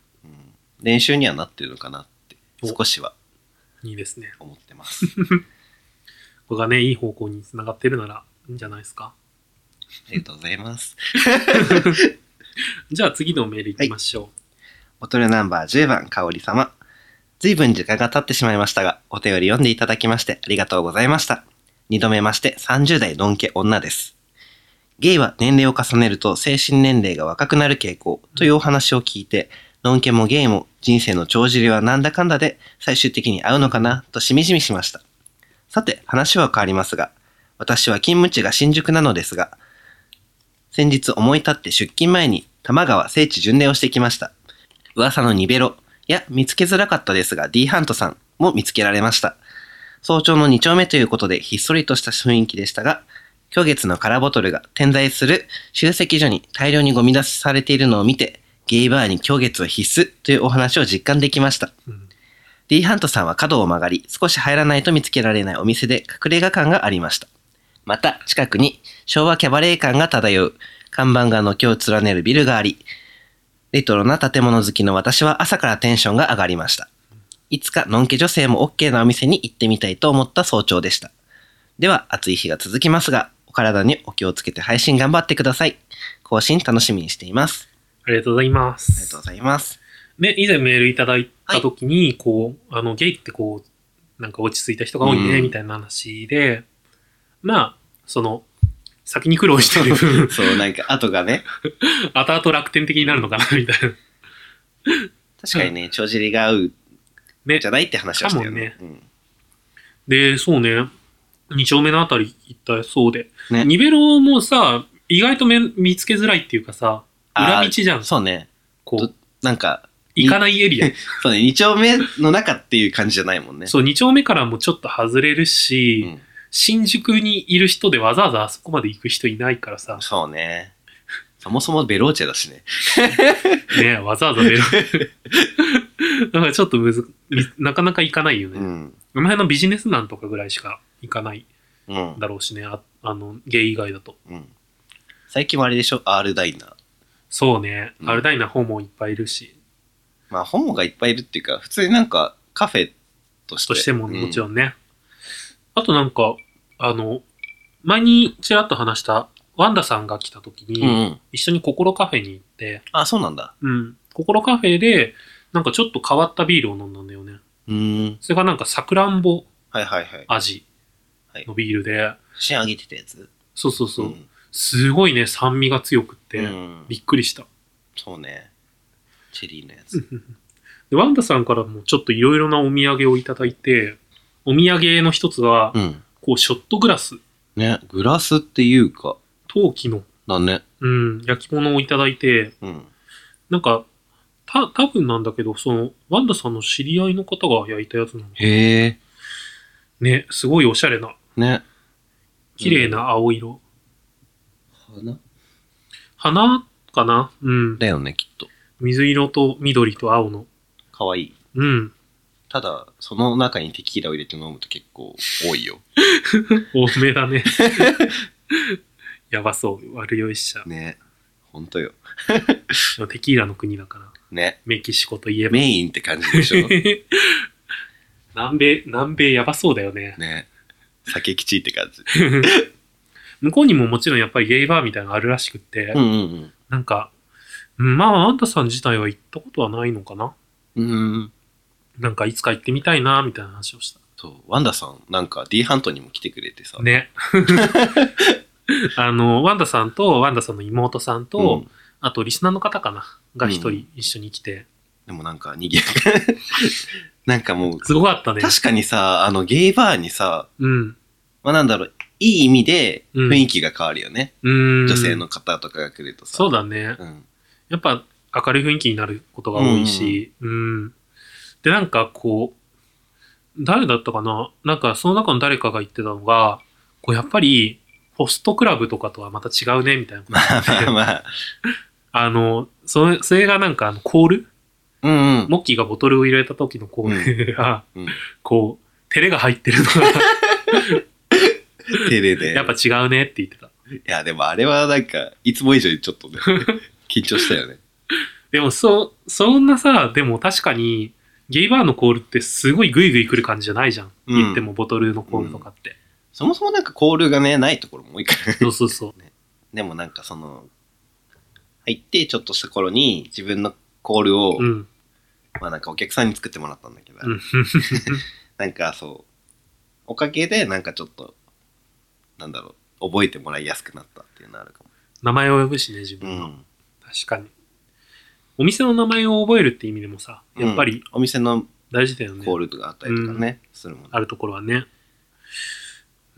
S1: 練習にはなってるのかなって、
S2: お
S1: 少しはい
S2: いですね。
S1: 思って
S2: *laughs*
S1: ます。
S2: これがね、いい方向に繋がってるならいいんじゃないですか。
S1: ありがとうございます。
S2: *laughs* じゃあ次のメール行きましょう。
S1: ボトルナンバー10番、かおり様。ずいぶん時間が経ってしまいましたが、お便り読んでいただきましてありがとうございました。二度目まして30代のんけ女です。ゲイは年齢を重ねると精神年齢が若くなる傾向というお話を聞いて、のんけもゲイも人生の帳尻はなんだかんだで最終的に合うのかなとしみじみしました。さて、話は変わりますが、私は勤務地が新宿なのですが、先日思い立って出勤前に多摩川聖地巡礼をしてきました。噂のニベロや見つけづらかったですが D ハントさんも見つけられました。早朝の2丁目ということでひっそりとした雰囲気でしたが、巨月の空ボトルが点在する集積所に大量にゴミ出しされているのを見て、ゲイバーに巨月は必須というお話を実感できました。
S2: うん、
S1: D ハントさんは角を曲がり、少し入らないと見つけられないお店で隠れ家感がありました。また、近くに昭和キャバレー感が漂う、看板が軒を連ねるビルがあり、レトロな建物好きの私は朝からテンションが上がりました。いつかのんけ女性も OK なお店に行ってみたいと思った早朝でした。では、暑い日が続きますが、お体にお気をつけて配信頑張ってください。更新楽しみにしています。
S2: ありがとうございま
S1: ありが
S2: す
S1: とう。ございます。
S2: ね、以前メールいただいた時に、こう、あの、ゲイってこう、なんか落ち着いた人が多いね、
S1: うん、
S2: みたいな話で、まあ、その、先に苦労してる分
S1: *laughs* そう、なんか、後がね、
S2: 後々楽天的になるのかな、みたいな。
S1: 確かにね、帳尻が合う
S2: ね
S1: じゃ。ないって話をしたよね。
S2: で、そうね、二丁目のあたり行ったそうで。
S1: ね
S2: ニベロもさ、意外とめ見つけづらいっていうかさ、裏道じゃ
S1: うんん。。そうね。
S2: こ
S1: ど
S2: う、
S1: なんか、
S2: 行かないエリア。
S1: そう *laughs* ね、二丁目の中っていう感じじゃないもんね。
S2: そう、二丁目からもちょっと外れるし、
S1: うん
S2: 新宿にいる人でわざわざあそこまで行く人いないからさ、
S1: そうね。そもそもベローチェだしね。
S2: ねわざわ
S1: *laughs*
S2: ざベロ。だからちょっとむず、みなかなか行かないよね。
S1: うん。
S2: お前のビジネスマンとかぐらいしか行かない
S1: うん。
S2: だろうしね、ああの、ゲイ以外だと。
S1: うん、最近はあれでしょ ?R ダイナー。
S2: そうね、
S1: うん
S2: アルダイナ方もいっぱいいるし、
S1: まあ、ホモがいっぱいいるっていうか、普通になんかカフェとして。
S2: としてももちろ
S1: うん
S2: ね。あとなんか、あの、前にちらっと話したワンダさんが来た時に、
S1: ん。うんうん。
S2: 一緒に心カフェに行って、
S1: あ、そうなんだ。
S2: うん、心カフェで、なんかちょっと変わったビールを飲んだんだよね。
S1: うーん。
S2: それがなんかさくらんぼ
S1: はいはいはい。
S2: 味のビールで、
S1: 芯上げてたやつ
S2: そうそうそう。
S1: ん
S2: すごいね、酸味が強くって、
S1: うん
S2: びっくりした。 *laughs*
S1: そうね。チェリーのやつ。
S2: で、ワンダさんからもちょっといろいろなお土産をいただいて、お土産の一つは、
S1: うん。
S2: こう、ショットグラス
S1: ね、グラスっていうか、
S2: 陶器の、
S1: だね。
S2: うん、焼き物をいただいて、
S1: うん。
S2: なんか、た、多分なんだけど、その、ワンダさんの知り合いの方が焼いたやつなの。
S1: へえ。
S2: ね、すごいおしゃれな、
S1: ね。
S2: 綺麗な青色。
S1: 花
S2: 花かなうん。
S1: だよね、きっと。
S2: 水色と緑と青の。
S1: かわいい。
S2: うん。
S1: ただ、その中にテキーラを入れて飲むと結構多いよ。
S2: 多めだね。 *laughs* やばそう。悪酔いしちゃう
S1: ね。ほんとよ。。
S2: でもテキーラの国だから。
S1: ね。
S2: メキシコといえば。
S1: メインって感じで *laughs* しょ
S2: *laughs* 南米、南米やばそうだよね。
S1: ね。酒吉って感じ。
S2: 向こうにももちろんやっぱりゲイバーみたいなのあるらしくって、
S1: うんうん
S2: なんか、うんまあ、あんたさん自体は行ったことはないのかな
S1: うん。うん。
S2: なんかいつか行ってみたいな、みたいな話をし
S1: そう、ワンダさん、なんか D ハントにも来てくれてさ。
S2: た。ね。 *laughs* あの、ワンダさんと、ワンダさんの妹さんと、
S1: うん
S2: あとリスナーの方かなが一
S1: う
S2: 人一緒に来て、
S1: でもなんか賑やか。なんかもう、
S2: すごかったね。
S1: 確かにさ、あのゲイバーにさ、
S2: うん。
S1: まあなんだろう、いい意味で
S2: うん
S1: 雰囲気が変わるよね。
S2: うん。
S1: 女性の。方とかが来るとさ。
S2: そうだね。
S1: うん。 *laughs*
S2: やっぱ明るい雰囲気になることが多いし、うん。で、なんかこう、誰だったかななんかその中の誰かが言ってたのが、こうやっぱり、ホストクラブとかとはまた違うね、みたいな
S1: *laughs*
S2: こと
S1: まあまあまあ。
S2: あの、それ、それがなんかあの、コール
S1: うんうん。
S2: モッキーがボトルを入れた時のコールが、
S1: うんうん
S2: *laughs* こう、照れが入ってる
S1: *laughs*
S2: のが、
S1: 照れで。
S2: やっぱ違うねって言ってた。
S1: いや、でもあれはなんか、いつも以上にちょっ
S2: *laughs*
S1: とね、緊張したよね。
S2: でも、そう、そんなさ、でも確かに、ゲイバーのコールってすごいグイグイ来る感じじゃないじゃん。
S1: うん
S2: 言ってもボトルのコールとかって。
S1: そもそもなんか交流がね、ないところも多いから。
S2: そうそう
S1: *laughs*
S2: そう。
S1: でもなんかその、入ってちょっとした頃に自分のコールを、
S2: うん。
S1: まあなんかお客さんに作ってもらったんだけど、
S2: うん。
S1: なんかそう、おかげでなんかちょっと、なんだろう、覚えてもらいやすくなったっていうのはあるかも。
S2: 名前を呼ぶしね、自
S1: う
S2: 分の。
S1: ん。
S2: 確かに。お店の名前を覚えるって意味でもさ、やっぱ
S1: うん
S2: り
S1: お店の
S2: 大事だよね。
S1: コールとかあったりとかね、するもんね。
S2: あるところはね。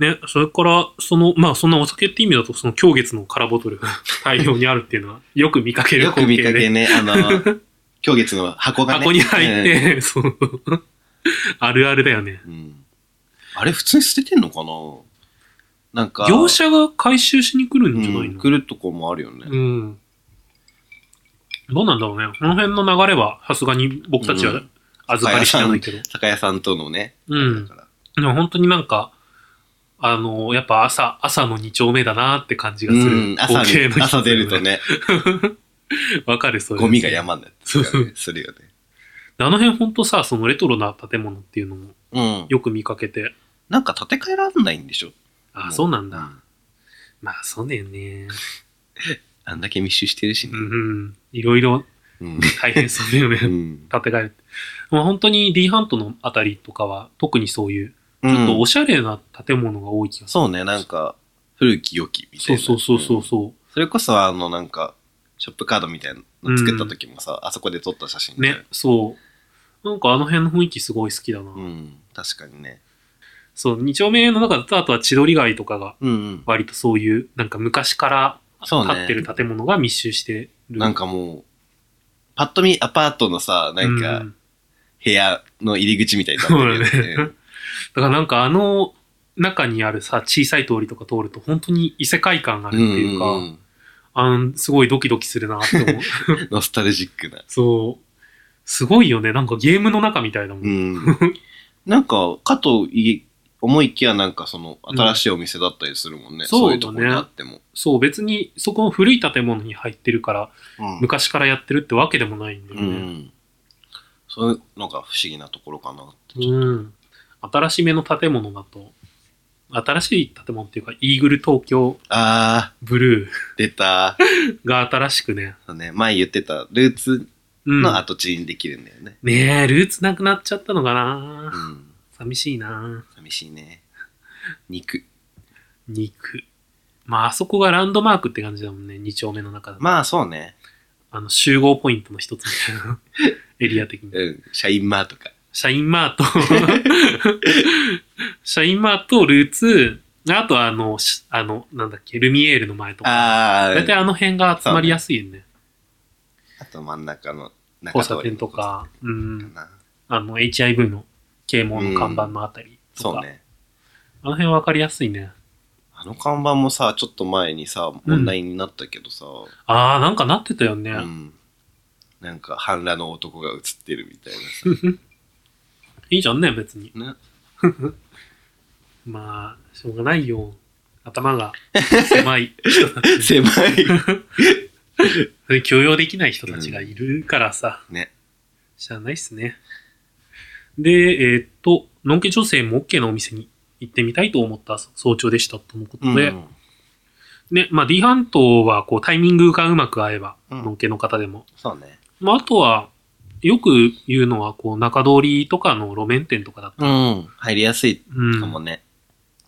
S2: ね、それから、その、まあ、そんなお酒って意味だと、その、狂月の空ボトルが *laughs* 大量にあるっていうのは、よく見かける
S1: よく
S2: 光景
S1: 見
S2: で。
S1: かけね、あの、今月の箱がね。
S2: 箱に入っ
S1: うん。
S2: て、そう。 *laughs* あるあるだよね。
S1: うんあれ、普通に捨ててんのかななんか、
S2: 業者が回収しに来る
S1: うん
S2: じゃない
S1: ん
S2: の
S1: 来るとこもあるよね。
S2: うん。どうなんだろうね。この辺の流れは、さすがに僕たち
S1: う
S2: は
S1: ん
S2: 預かり知らないけど。
S1: 酒屋さんとのね。
S2: うん
S1: だから
S2: でも本当になんか、あの、やっぱ朝、朝の二丁目だなって感じがす
S1: う
S2: る
S1: ん。朝
S2: 光景の
S1: に
S2: 一つだよね。
S1: 朝出るとね、
S2: わかる、そういう。
S1: ゴミが山になってたりとか
S2: そ
S1: ねするよね。
S2: あの辺ほんとさ、そのレトロな建物っていうのも
S1: うん。
S2: よく見かけて、
S1: なんか建て替えらんないんでしょ
S2: あ
S1: も
S2: あ、
S1: う
S2: そうなんだ。まあ、そうだよね。
S1: あんだけ密集してるし
S2: う
S1: ね。
S2: んうん。いろいろ
S1: うん。
S2: 大変そうだよね。
S1: う
S2: 建
S1: ん。
S2: て替えって。まあ、本当に D ハントのあたりとかは、特にそういう、
S1: う
S2: ちょっと
S1: ん
S2: おしゃれな建物が多い気がする。
S1: そうね、なんか、古き良きみた
S2: そ
S1: いうな。
S2: そうそうそう。
S1: ん
S2: そ
S1: それこそ、あの、なんか、ショップカードみたいなの作った時もさ、あそこで撮った写真
S2: う。ね、そう。なんかあの辺の雰囲気すごい好きだな。
S1: うん。確かにね。
S2: そう、二丁目の中だと、あとは千鳥街とかが、
S1: うんうん。
S2: 割とそういう、なんか昔から
S1: そうね
S2: 建ってる建物が密集してる。
S1: なんかもう、パッと見アパートのさ、なん
S2: う
S1: か、部屋の入り口みたいになってるよね。
S2: *laughs* だからなんかあの中にあるさ、小さい通りとか通ると本当に異世界感があるっていうか、
S1: うんうん
S2: あのすごいドキドキするなって思う。
S1: うんノスタルジックな。
S2: そう。すごいよね。なんかゲームの中みたいだもん。
S1: うん。なんか、かとい思いきや、なんかその、新しいお店だったりするもんね。
S2: ん
S1: そういうと
S2: そう
S1: こ
S2: だね
S1: ろにあっても。
S2: そう、別にそこの古い建物に入ってるから、
S1: うん。
S2: 昔からやってるってわけでもないんだよ
S1: う
S2: ね。
S1: ん。そういうのが不思議なところかなって。
S2: うん。新しめの建物だと、新しい建物っていうか、イーグル東京
S1: あ
S2: ブル
S1: ー、出た。
S2: ー *laughs* が新しくね。
S1: そうね、前言ってた、ルーツ
S2: うん。
S1: の跡地にできるんだよね。
S2: ねえ、ルーツなくなっちゃったのかな
S1: うん。
S2: 寂しいな
S1: 寂しいね。 *laughs* 肉。
S2: 肉。まあ、あそこがランドマークって感じだもんね、2丁目の中で。
S1: まあ、そうね。
S2: あの、集合ポイントの一つみた
S1: *laughs*
S2: いなエリア的に。
S1: うん。シャインマーとか。 *laughs*
S2: シャインマート、シャインマート、ルーツ、あとはあの、しあの、なんだっけ、ルミエールの前とか。
S1: あ
S2: 大体
S1: ー、
S2: あの辺が集まりやすいよね。
S1: あと真ん中の中
S2: 交
S1: 通
S2: 差
S1: り
S2: 点とか、う
S1: か
S2: ん。
S1: な。
S2: あの、HIV の啓蒙の看板のあたりとか。
S1: そうね。
S2: あの辺わかりやすいね。
S1: あの看板もさ、ちょっと前にさ、問題になったけどさ、
S2: ああ、なんかなってたよね。
S1: うん、なんか半裸の男が映ってるみたい
S2: いいじゃんね、別に。
S1: なさ。ね、
S2: まあ、しょうがないよ。頭が狭い人
S1: *laughs*
S2: たち。
S1: 狭い。
S2: *laughs* それ許容できない人たちがいるからさ。
S1: ね。
S2: しゃあないっすね。で、えーっと、のんけ女性も OK なお店に行ってみたいと思った早朝でしたとのことで、
S1: うん
S2: ね、まあ D 半島はこうタイミングがうまく合えば、
S1: うん
S2: のんけの方でも。
S1: そうね。
S2: まああとは、よく言うのはこう中通りとかの路面店とかだった。
S1: うん。入りやすい
S2: うん。
S1: かもね。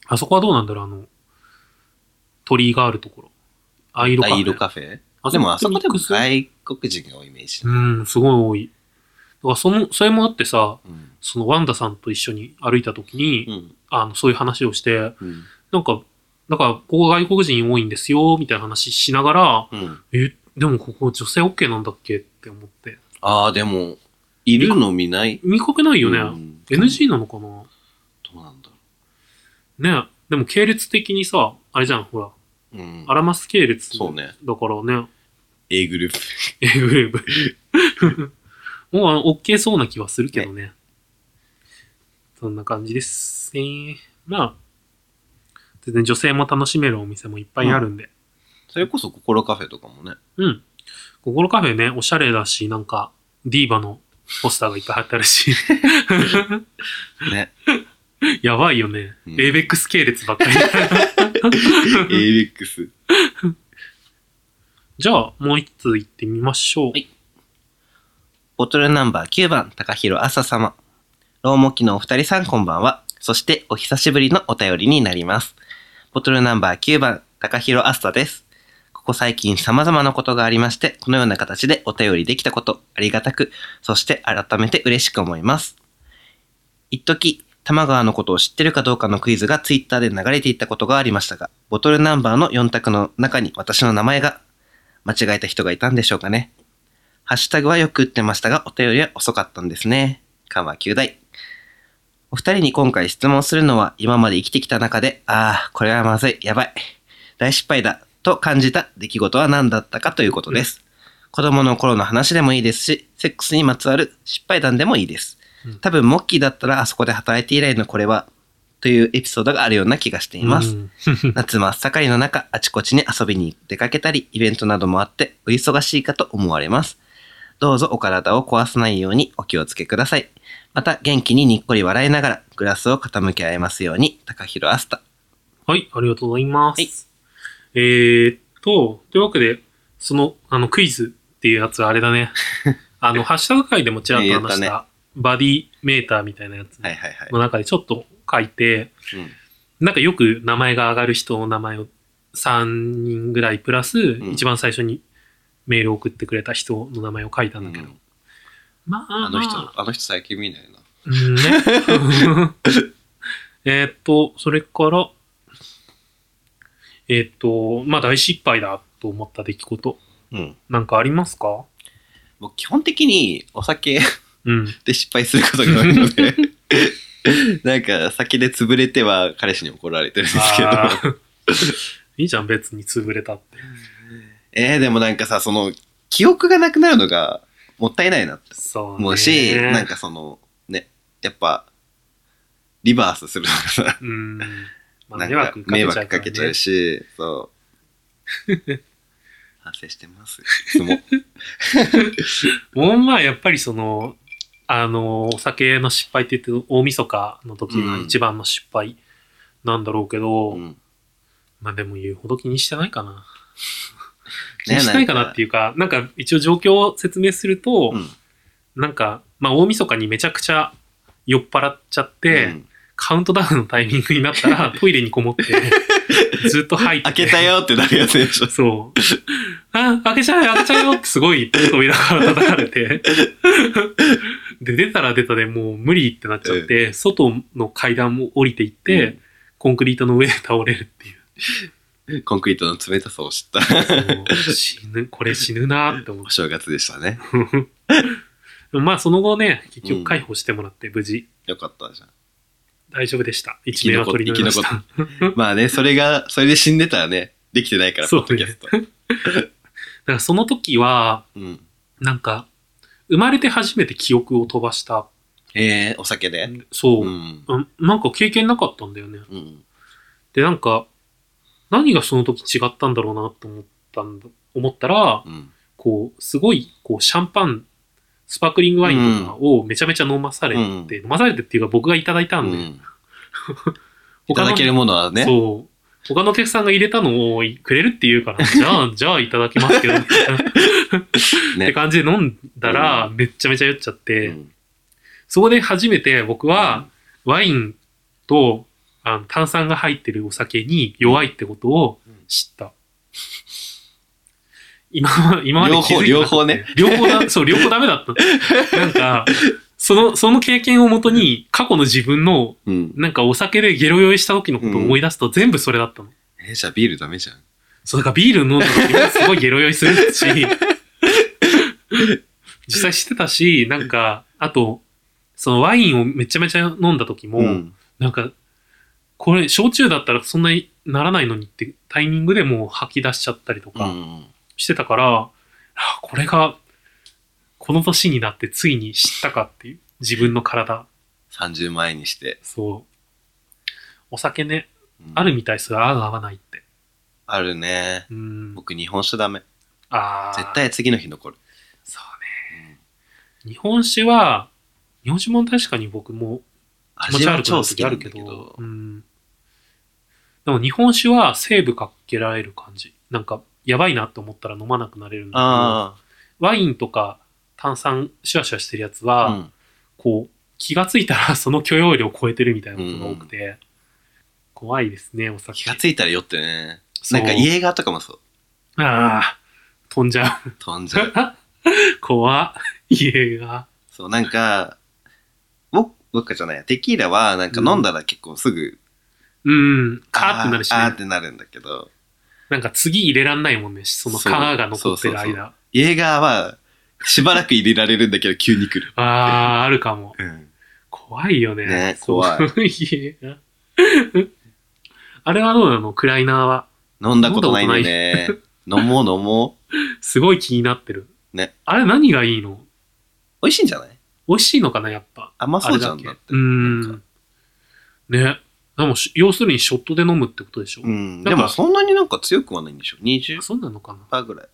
S2: あそこはどうなんだろうあの、鳥居があるところ。あ、色
S1: あ
S2: か、
S1: イ色カフェでもあそこでも外国人が多いイメージ。
S2: うん、すごい多い。だからその、それもあってさ、
S1: うん。
S2: そのワンダさんと一緒に歩いた時に、
S1: うん。
S2: あの、そういう話をして、
S1: うん。
S2: なんか、だから、ここ外国人多いんですよ、みたいな話しながら、
S1: うん。
S2: え、でもここ女性 OK なんだっけって思って。
S1: ああ、でも、いるの見ない。
S2: 見かけないよね。
S1: うん。
S2: NG なのかな
S1: どうなんだろ
S2: ねでも系列的にさ、あれじゃん、ほら、
S1: う。うん
S2: ア。ラマス系列。
S1: そうね。
S2: だからね、
S1: A グループ。
S2: A グループ。 *laughs* もうあの、OK そうな気はするけどね。そんな感じですね。まあ、全然女性も楽しめるお店もいっぱいあるんで。
S1: それこそ心カフェとかもね。
S2: うん。心カフェね、おしゃれだし、なんか、ディーバのポスターがいっぱい貼ってあるし。 *laughs*
S1: ね。
S2: やばいよね。
S1: うん
S2: エイベックス系列ばっかり。 *laughs*
S1: AX。
S2: じゃあ、もう一つ行ってみましょう。
S1: はいボトルナンバー9番、高弘朝様。ローモキのお二人さんこんばんは。そしてお久しぶりのお便りになります。ボトルナンバー9番、高弘朝です。ここ最近様々なことがありまして、このような形でお便りできたこと、ありがたく、そして改めて嬉しく思います。一時、玉川のことを知ってるかどうかのクイズがツイッターで流れていったことがありましたが、ボトルナンバーの4択の中に私の名前が間違えた人がいたんでしょうかね。ハッシュタグはよく打ってましたが、お便りは遅かったんですね。緩和9大。お二人に今回質問するのは、今まで生きてきた中で、ああ、これはまずい、やばい、大失敗だ、と感じた出来事は何だったかということです。子供の頃の話でもいいですし、セックスにまつわる失敗談でもいいです
S2: うん。
S1: 多分、モッキーだったら、あそこで働いて以来のこれは、というエピソードがあるような気がしています
S2: う。ん
S1: 夏真っ盛りの中、あちこちに遊びに出かけたり、イベントなどもあって、お忙しいかと思われます。どうぞお体を壊さないようにお気をつけください。また、元気ににっこり笑いながら、グラスを傾け合いますように、高弘アスタ。
S2: はい、ありがとうございます。
S1: はい
S2: えー、っと、というわけで、その、あの、クイズっていうやつはあれだ
S1: *laughs*
S2: ね。あの、ハッシュタグ会でもちらっと話し
S1: ねや
S2: た、バディメーターみたいなやつ
S1: はいはいはい。
S2: の中でちょっと書いて、なんかよく名前が上がる人の名前を3人ぐらいプラス、
S1: ん
S2: 一番最初にメールを送ってくれた人の名前を書いたんだけど。
S1: うん
S2: まあ、
S1: あの人、あの人最近見ないな。
S2: うんね。 *laughs* えーっと、それから、えーっと、まあ大失敗だと思った出来事、
S1: うん。
S2: なんかありますか
S1: 僕、基本的にお酒 *laughs*
S2: うん。
S1: で失敗することが多いの *laughs* で、なんか、酒で潰れては彼氏に怒られてるんですけど。
S2: あー *laughs* いいじゃん、別に潰れたって。
S1: えー、でもなんかさ、その、記憶がなくなるのがもったいないなって
S2: そうね。
S1: 思うし、なんかその、ね、やっぱ、リバースするのがさ、
S2: うん。まあ、
S1: なん
S2: 迷
S1: か
S2: 惑か
S1: 迷
S2: けちゃ
S1: 惑
S2: うか、
S1: からけちゃ
S2: ね
S1: う。し、そう。 *laughs* 反省してます。いつも。 *laughs*
S2: もうまあ、やっぱりその、あの、お酒の失敗って言って、大晦日の時が一番の失敗なんだろうけど、
S1: うん
S2: まあでも言うほど気にしてな
S1: *laughs*
S2: いかな。気
S1: ね
S2: にしてないかなっていうか、なんか一応状況を説明すると、
S1: うん
S2: なんか、まあ大晦日にめちゃくちゃ酔っ払っちゃって、
S1: うん
S2: カウントダウンのタイミングになっ
S1: *laughs*
S2: たらトイレにこもって、ずっと吐いて
S1: 開
S2: て。
S1: けたよってなるやつでしょ。 *laughs*
S2: そう。あ、開けちゃうよ、開けちゃうよってすごい扉から叩かれて。で、出たら出たでもう無理ってなっちゃって、外の階段も降りていって、コンクリートの上で倒れるっていう。
S1: コンクリートの冷たさを知 *laughs* った
S2: そう *laughs* 死ぬ、これ死ぬなーって思う
S1: お。
S2: *laughs*
S1: 正月でしたね。
S2: でもまあその後ね、結
S1: うん
S2: 局解放してもらって無事
S1: よかったじゃん。
S2: 大丈夫でした。
S1: き
S2: 一命
S1: 残
S2: は取り留めました。
S1: まあね、それが、それで死んでたらね、できてないから、
S2: そうね
S1: ポッドキャスト。
S2: だからその時は、
S1: うん。
S2: なんか、生まれて初めて記憶を飛ばした。
S1: えー、お酒で。
S2: そうう、
S1: ん。
S2: うん。なんか経験なかったんだよね。
S1: うん。
S2: で、なんか、何がその時違ったんだろうなと思ったんだ、思ったら、
S1: うん。
S2: こう、すごい、こう、シャンパン、スパークリングワインとかをめちゃめちゃ飲まされて、飲まされてっていうか僕がいただいた
S1: うん
S2: で、
S1: ん。い
S2: 他
S1: た
S2: の
S1: だけるものはね。
S2: そう。他のお客さんが入れたのをくれるって言うから、 *laughs* じゃあ、じゃあいただきますけ *laughs* ど、みたいなって
S1: ね。
S2: 感じで飲んだら、めっちゃめちゃ酔っちゃって、
S1: うん
S2: そこで初めて僕は、ワインとあの炭酸が入ってるお酒に弱いってことを知った。今は、今まで気づいてなかった両方だ、そう、両方ダメだった。なんか、その、その経験をもとに、過去の自分の、
S1: うん。
S2: なんかお酒でゲロ酔いした時のことを思い出すと、全部それだったの。
S1: えー、じゃあビールダメじゃん。
S2: そう、だからビール飲んだ時すごいゲロ酔いするし、
S1: *laughs*
S2: 実際してたし、なんか、あと、そのワインをめちゃめちゃ飲んだ時も、
S1: うん。
S2: なんか、これ、焼酎だったらそんなにならないのにってタイミングでもう吐き出しちゃったりと
S1: う
S2: か
S1: ん。
S2: してたから、あこれが、この年になってついに知ったかっていう、自分の体。
S1: 30前にして。
S2: そう。お酒ね、
S1: うん
S2: あるみたいですが、合う合わないって。
S1: あるね。
S2: うん。
S1: 僕、日本酒ダメ。
S2: ああ。
S1: 絶対次の日残る。
S2: そうね。日本酒は、日本酒も確かに僕も気持
S1: 味
S2: ち
S1: は
S2: 悪くな
S1: 超
S2: る
S1: 好き
S2: 時
S1: な
S2: あ
S1: ん
S2: る
S1: だ
S2: け
S1: け
S2: ど
S1: ど。。
S2: うん。でも日本酒はセーブかけられる感じ。なんか、やばいなと思ったら飲まなくなれるんだ
S1: あ
S2: けど、ワインとか炭酸シュワシュワしてるやつ
S1: あ。
S2: は、
S1: うん。
S2: こう、気がついたらその許容量を超えてるみたいなことが多くて、怖いですね、お酒。
S1: 気がついたら酔ってね。
S2: そ
S1: な
S2: うん
S1: か、イエーガーとかもそう。
S2: ああ、飛んじゃう。
S1: 飛んじ
S2: *laughs*
S1: ゃう。
S2: 怖い。家が。
S1: そう、なんか、僕、僕じゃないや、テキーラは、なんか飲んだら結構すぐ、
S2: うん、カーってなるしね。
S1: あーってなるんだけど、
S2: なんか次入れらんないもんね、その皮が残ってる間。
S1: そうそうそうそうイエーガーは、しばらく入れられるんだけど、急に来る。
S2: あー、あるかも。
S1: うん。
S2: 怖いよね。
S1: ね怖
S2: い。あれはどうなのクライナーは。
S1: 飲んだことないんでね。飲もう飲もう。
S2: すごい気になってる。
S1: ね。
S2: あれ何がいいの
S1: 美味しいんじゃない
S2: 美味しいのかな、やっぱ。
S1: 甘そうじゃ
S2: あ
S1: ん
S2: れ
S1: だ
S2: だ
S1: っ
S2: け
S1: て。
S2: うー
S1: なんか。
S2: ね。でもし、要するにショットで飲むってことでしょ、
S1: うん。
S2: な
S1: で
S2: んか
S1: もそんなになんか強くはないんでしょ ?20%
S2: そうなのかな
S1: ぐらい。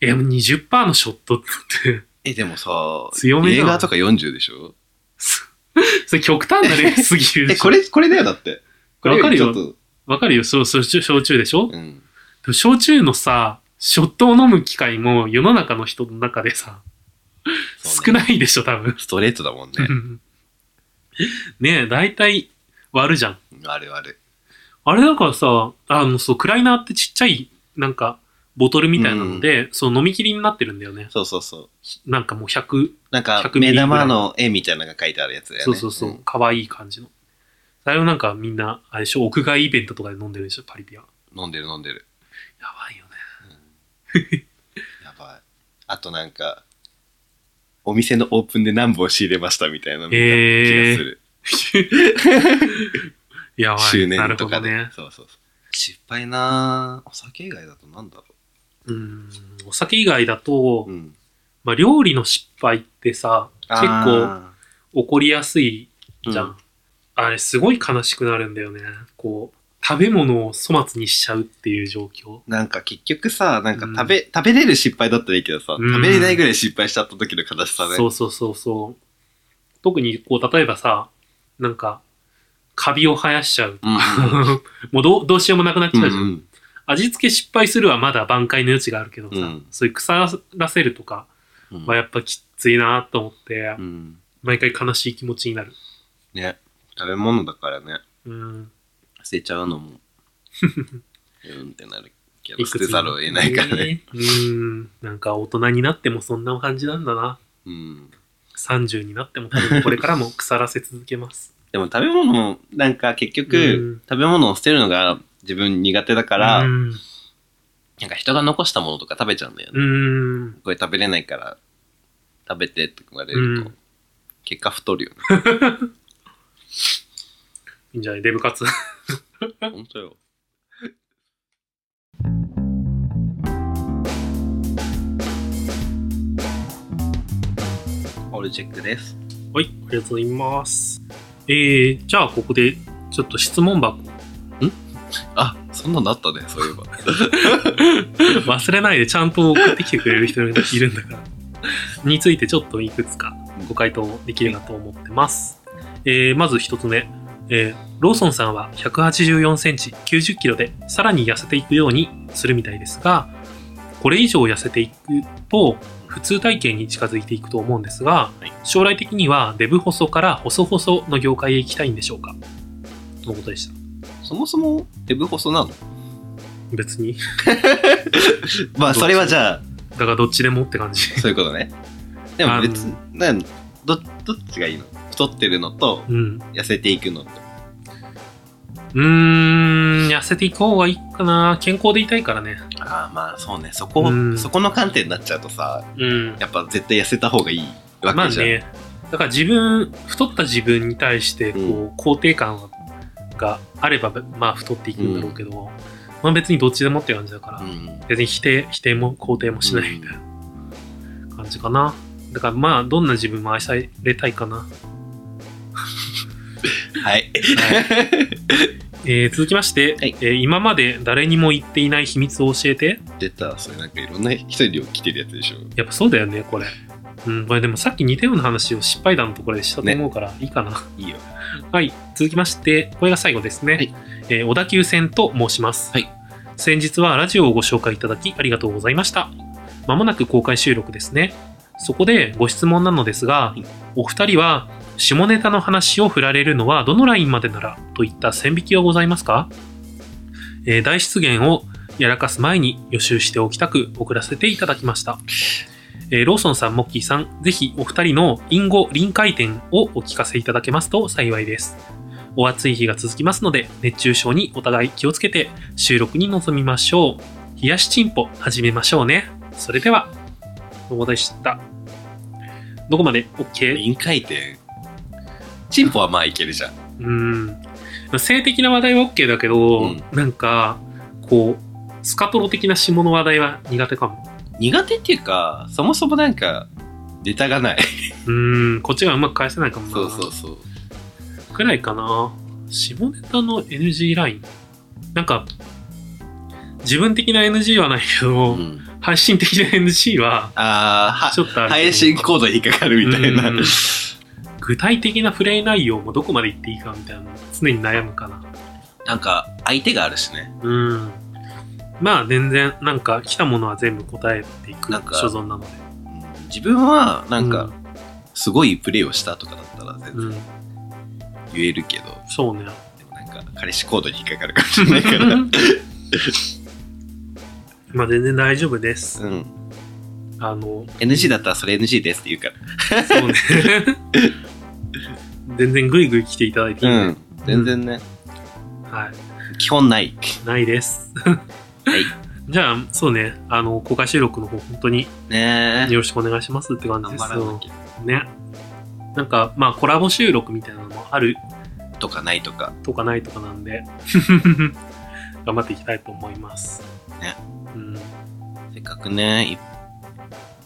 S2: え、でも20%のショットって、
S1: え、でもさ、
S2: 強め
S1: イ
S2: じ
S1: エ
S2: ゃ
S1: ー
S2: ん
S1: ガーとか40でしょ
S2: それ極端な例すぎるで
S1: え、
S2: しょ
S1: これ、これだよ、だって。これよりちょっと
S2: わかるよ、そう、そう、焼酎でしょ
S1: うん。
S2: でも焼酎のさ、ショットを飲む機会も世の中の人の中でさ、
S1: そうね
S2: 少ないでしょ、多分。
S1: ストレートだもんね。
S2: *laughs* ねえ、大体割るじゃん。
S1: うんあるある。
S2: あれだからさ、あの、そう、クライナーってちっちゃい、なんか、ボトルみたいなので、そう、飲み切りになってるんだよね。
S1: そうそうそう。
S2: なんかもう100、
S1: なんか、
S2: 100
S1: 目
S2: ミリぐらい
S1: 玉の絵みたいなのが書いてあるやつだよね。
S2: そうそうそ
S1: ん
S2: う、可愛い感じの。あれをなんかみんな、あれでしょ、屋外イベントとかで飲んでるでしょ、パリピア。や
S1: 飲んでる飲んでる。
S2: ばいよね。 *laughs*
S1: やばい。あとなんか、お店のオープンで何本仕入れましたみたいなの見た気がする。
S2: やばい。
S1: 周
S2: な
S1: 年
S2: る
S1: と
S2: ほ
S1: か
S2: ど
S1: で、
S2: ね。
S1: そうそうそう。失敗なぁお酒以外だとなんだろ
S2: うん、お酒以外だと
S1: う。、ん。
S2: まあ、料理の失敗ってさ、結構
S1: あ
S2: 起こりやすい
S1: ー、
S2: じゃん。あれ、すごい悲しくなるんだよね。こう、食べ物を粗末にしちゃうっていう状況。
S1: なんか結局さ、なんか食べ、食べれる失敗だったらいいけどさ、
S2: うん
S1: 食べれないぐらい失敗しちゃった時の悲しさね。
S2: そうそうそうそう。特に、こう、例えばさ、なんか、カビを生やしちゃう。
S1: うん。
S2: *laughs* もうどう、どうしようもなくなっち
S1: *laughs* う
S2: ゃ
S1: ん
S2: う
S1: う
S2: じゃん。
S1: ん。
S2: 味付け失敗するはまだ挽回の余地があるけどさ、
S1: うん
S2: そういう腐らせるとか
S1: うん
S2: はやっぱきついなと思って
S1: う、ん。
S2: 毎回悲しい気持ちになる。
S1: ね。食べ物だからね。
S2: うん。
S1: 捨てちゃう *laughs* のもうんってなるけど
S2: いく
S1: 捨
S2: つ
S1: てざるを得ないからね、。
S2: うん。なんか大人になってもそんな感じなんだな。
S1: うん、
S2: 30になっても多分これからも腐らせ続けます。
S1: でも食べ物も、なんか結局、
S2: うん
S1: 食べ物を捨てるのが自分苦手だから、
S2: うん。
S1: なんか人が残したものとか食べちゃうんだよね。
S2: うん。
S1: これ食べれないから、食べてって言われると、
S2: うん
S1: 結果太るよね。
S2: いいんじゃないデブ活。
S1: 本当よ。オールチェックです。
S2: はい、ありがとうございます。えー、じゃあここで、ちょっと質問箱。
S1: あ、そんなのあったね、そういえば。 *laughs*
S2: *laughs* 忘れないでちゃんと送ってきてくれる人がいるんだから。についてちょっといくつかご回答できればと思ってます。えー、まず一つ目。えー、ローソンさんは184センチ、90キロでさらに痩せていくようにするみたいですが、これ以上痩せていくと普通体型に近づいていくと思うんですが、将来的にはデブ細から細細の業界へ行きたいんでしょうかとのことでした。
S1: そもそも、デブ細なの
S2: 別に。
S1: まあ、それはじゃあ、
S2: だからどっちでもって感じ。
S1: そういうことね。でも別
S2: あ
S1: に、なんどどっちがいいの太ってるのと、
S2: うん。
S1: 痩せていくのと。
S2: うーん、痩せていく方がいいかな。健康でいたいからね。
S1: ああ、まあそうね。そこ、
S2: うん
S1: そこの観点になっちゃうとさ、
S2: うん。
S1: やっぱ絶対痩せた方がいいわ
S2: まあ
S1: けじゃん。
S2: ね。だから自分、太った自分に対して、こう、
S1: う
S2: 肯定感があれば、まあ太っていくんだろうけど、まあ別にどっちでもって感じだから、
S1: うん
S2: 別に否定、否定も肯定もしないみたいな感じかな。だからまあ、どんな自分も愛されたいかな。
S1: はい。
S2: えー続きまして、
S1: はい
S2: えー今まで誰にも言っていない秘密を教えて。
S1: 出た、それなんかいろんな人に来てるやつでしょ。
S2: やっぱそうだよね、これ。うん、これでもさっき似たような話を失敗談のところでしたと思うから、いいかな。
S1: いいよ。
S2: はい、続きまして、これが最後ですね。
S1: はい
S2: えー小田急線と申します。
S1: はい
S2: 先日はラジオをご紹介いただきありがとうございました。まもなく公開収録ですね。そこでご質問なのですが、
S1: い
S2: お二人は下ネタの話を振られるのはどのラインまでならといった線引きはございますか、えー大出現をやらかす前に予習しておきたく送らせていただきました。えーローソンさん、モッキーさん、ぜひお二人の隠語臨界点をお聞かせいただけますと幸いです。お暑い日が続きますので、熱中症にお互い気をつけて収録に臨みましょう。冷やしチンポ始めましょうね。それでは、どうでした。どこまで OK?
S1: 臨界点。チンポはまあいけるじゃん。
S2: うーん。性的な話題は OK だけど、
S1: うん
S2: なんか、こう、スカトロ的な下の話題は苦手かも。
S1: 苦手っていうか、そもそもなんか、ネタがない。
S2: うーん、こっちがうまく返せないかもな。
S1: そうそうそう。
S2: くらいかな下ネタの NG ラインなんか自分的な NG はないけ
S1: う
S2: ど、
S1: ん
S2: 配信的な NG は
S1: あ
S2: ちょっとあ
S1: あ、
S2: る
S1: 配信コードに引っかかるみたいな。
S2: うん具体的なプレイ内容もどこまで言っていいかみたいなの常に悩むかな
S1: なんか、相手があるしね。
S2: うんまあ全然なんか来たものは全部答えていく
S1: なんか
S2: 所存なので
S1: うん自分は、なんか、すごいプレイをしたとかだったら全
S2: うん、う
S1: 然
S2: ん
S1: 言えるけど、
S2: そ
S1: *laughs*
S2: うね
S1: でもなんか、彼氏コードに引っかかるかもしれないから。
S2: まあ全然大丈夫です、
S1: うん。
S2: あの
S1: NG だったらそれ NG ですって言うから。
S2: そうね全然グイグイ来ていただいていいんで、
S1: うん。全然ね、
S2: はい
S1: 基本ない。
S2: ないです。
S1: い
S2: じゃあ、そうね、あの、公開収録の方、本当に
S1: ねえ。
S2: よろしくお願いしますって感じ
S1: 頑
S2: で
S1: 張
S2: す
S1: らな
S2: よ
S1: きゃ。
S2: ね。なんか、まあ、コラボ収録みたいなのもある
S1: とかないとか。
S2: とかないとかなんで、 *laughs* 頑張っていきたいと思います。
S1: ね。
S2: うん。
S1: せっかくね、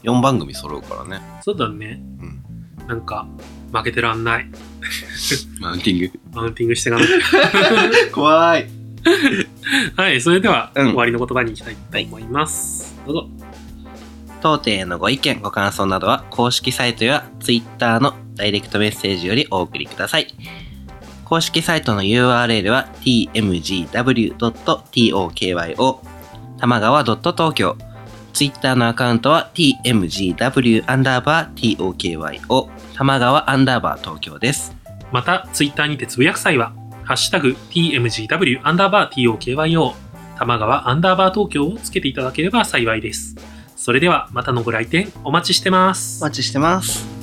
S1: 4番組揃うからね。
S2: そうだね。
S1: うん。
S2: なんか、負けてらんない。
S1: マウンティン
S2: マウンティングしていかなき
S1: グ。怖い。
S2: ゃ。 *laughs* はい、それでは、
S1: うん
S2: 終わりの言葉に行きたいと思います。どうぞ。
S1: 当店へのご意見、ご感想などは、公式サイトや Twitter のダイレクトメッセージよりお送りください。公式サイトの URL は tmgw.tokyo 玉川 .tokyo Twitter のアカウントは tmgw アンダーバー tokyo 玉川アンダーバー東京です。
S2: また、ツイッターにてつぶやく際は、ハッシュタグ TMGW アンダーバー TOKYO 玉川アンダーバー東京をつけていただければ幸いです。それではまたのご来店お待ちしてます。
S1: お待ちしてます。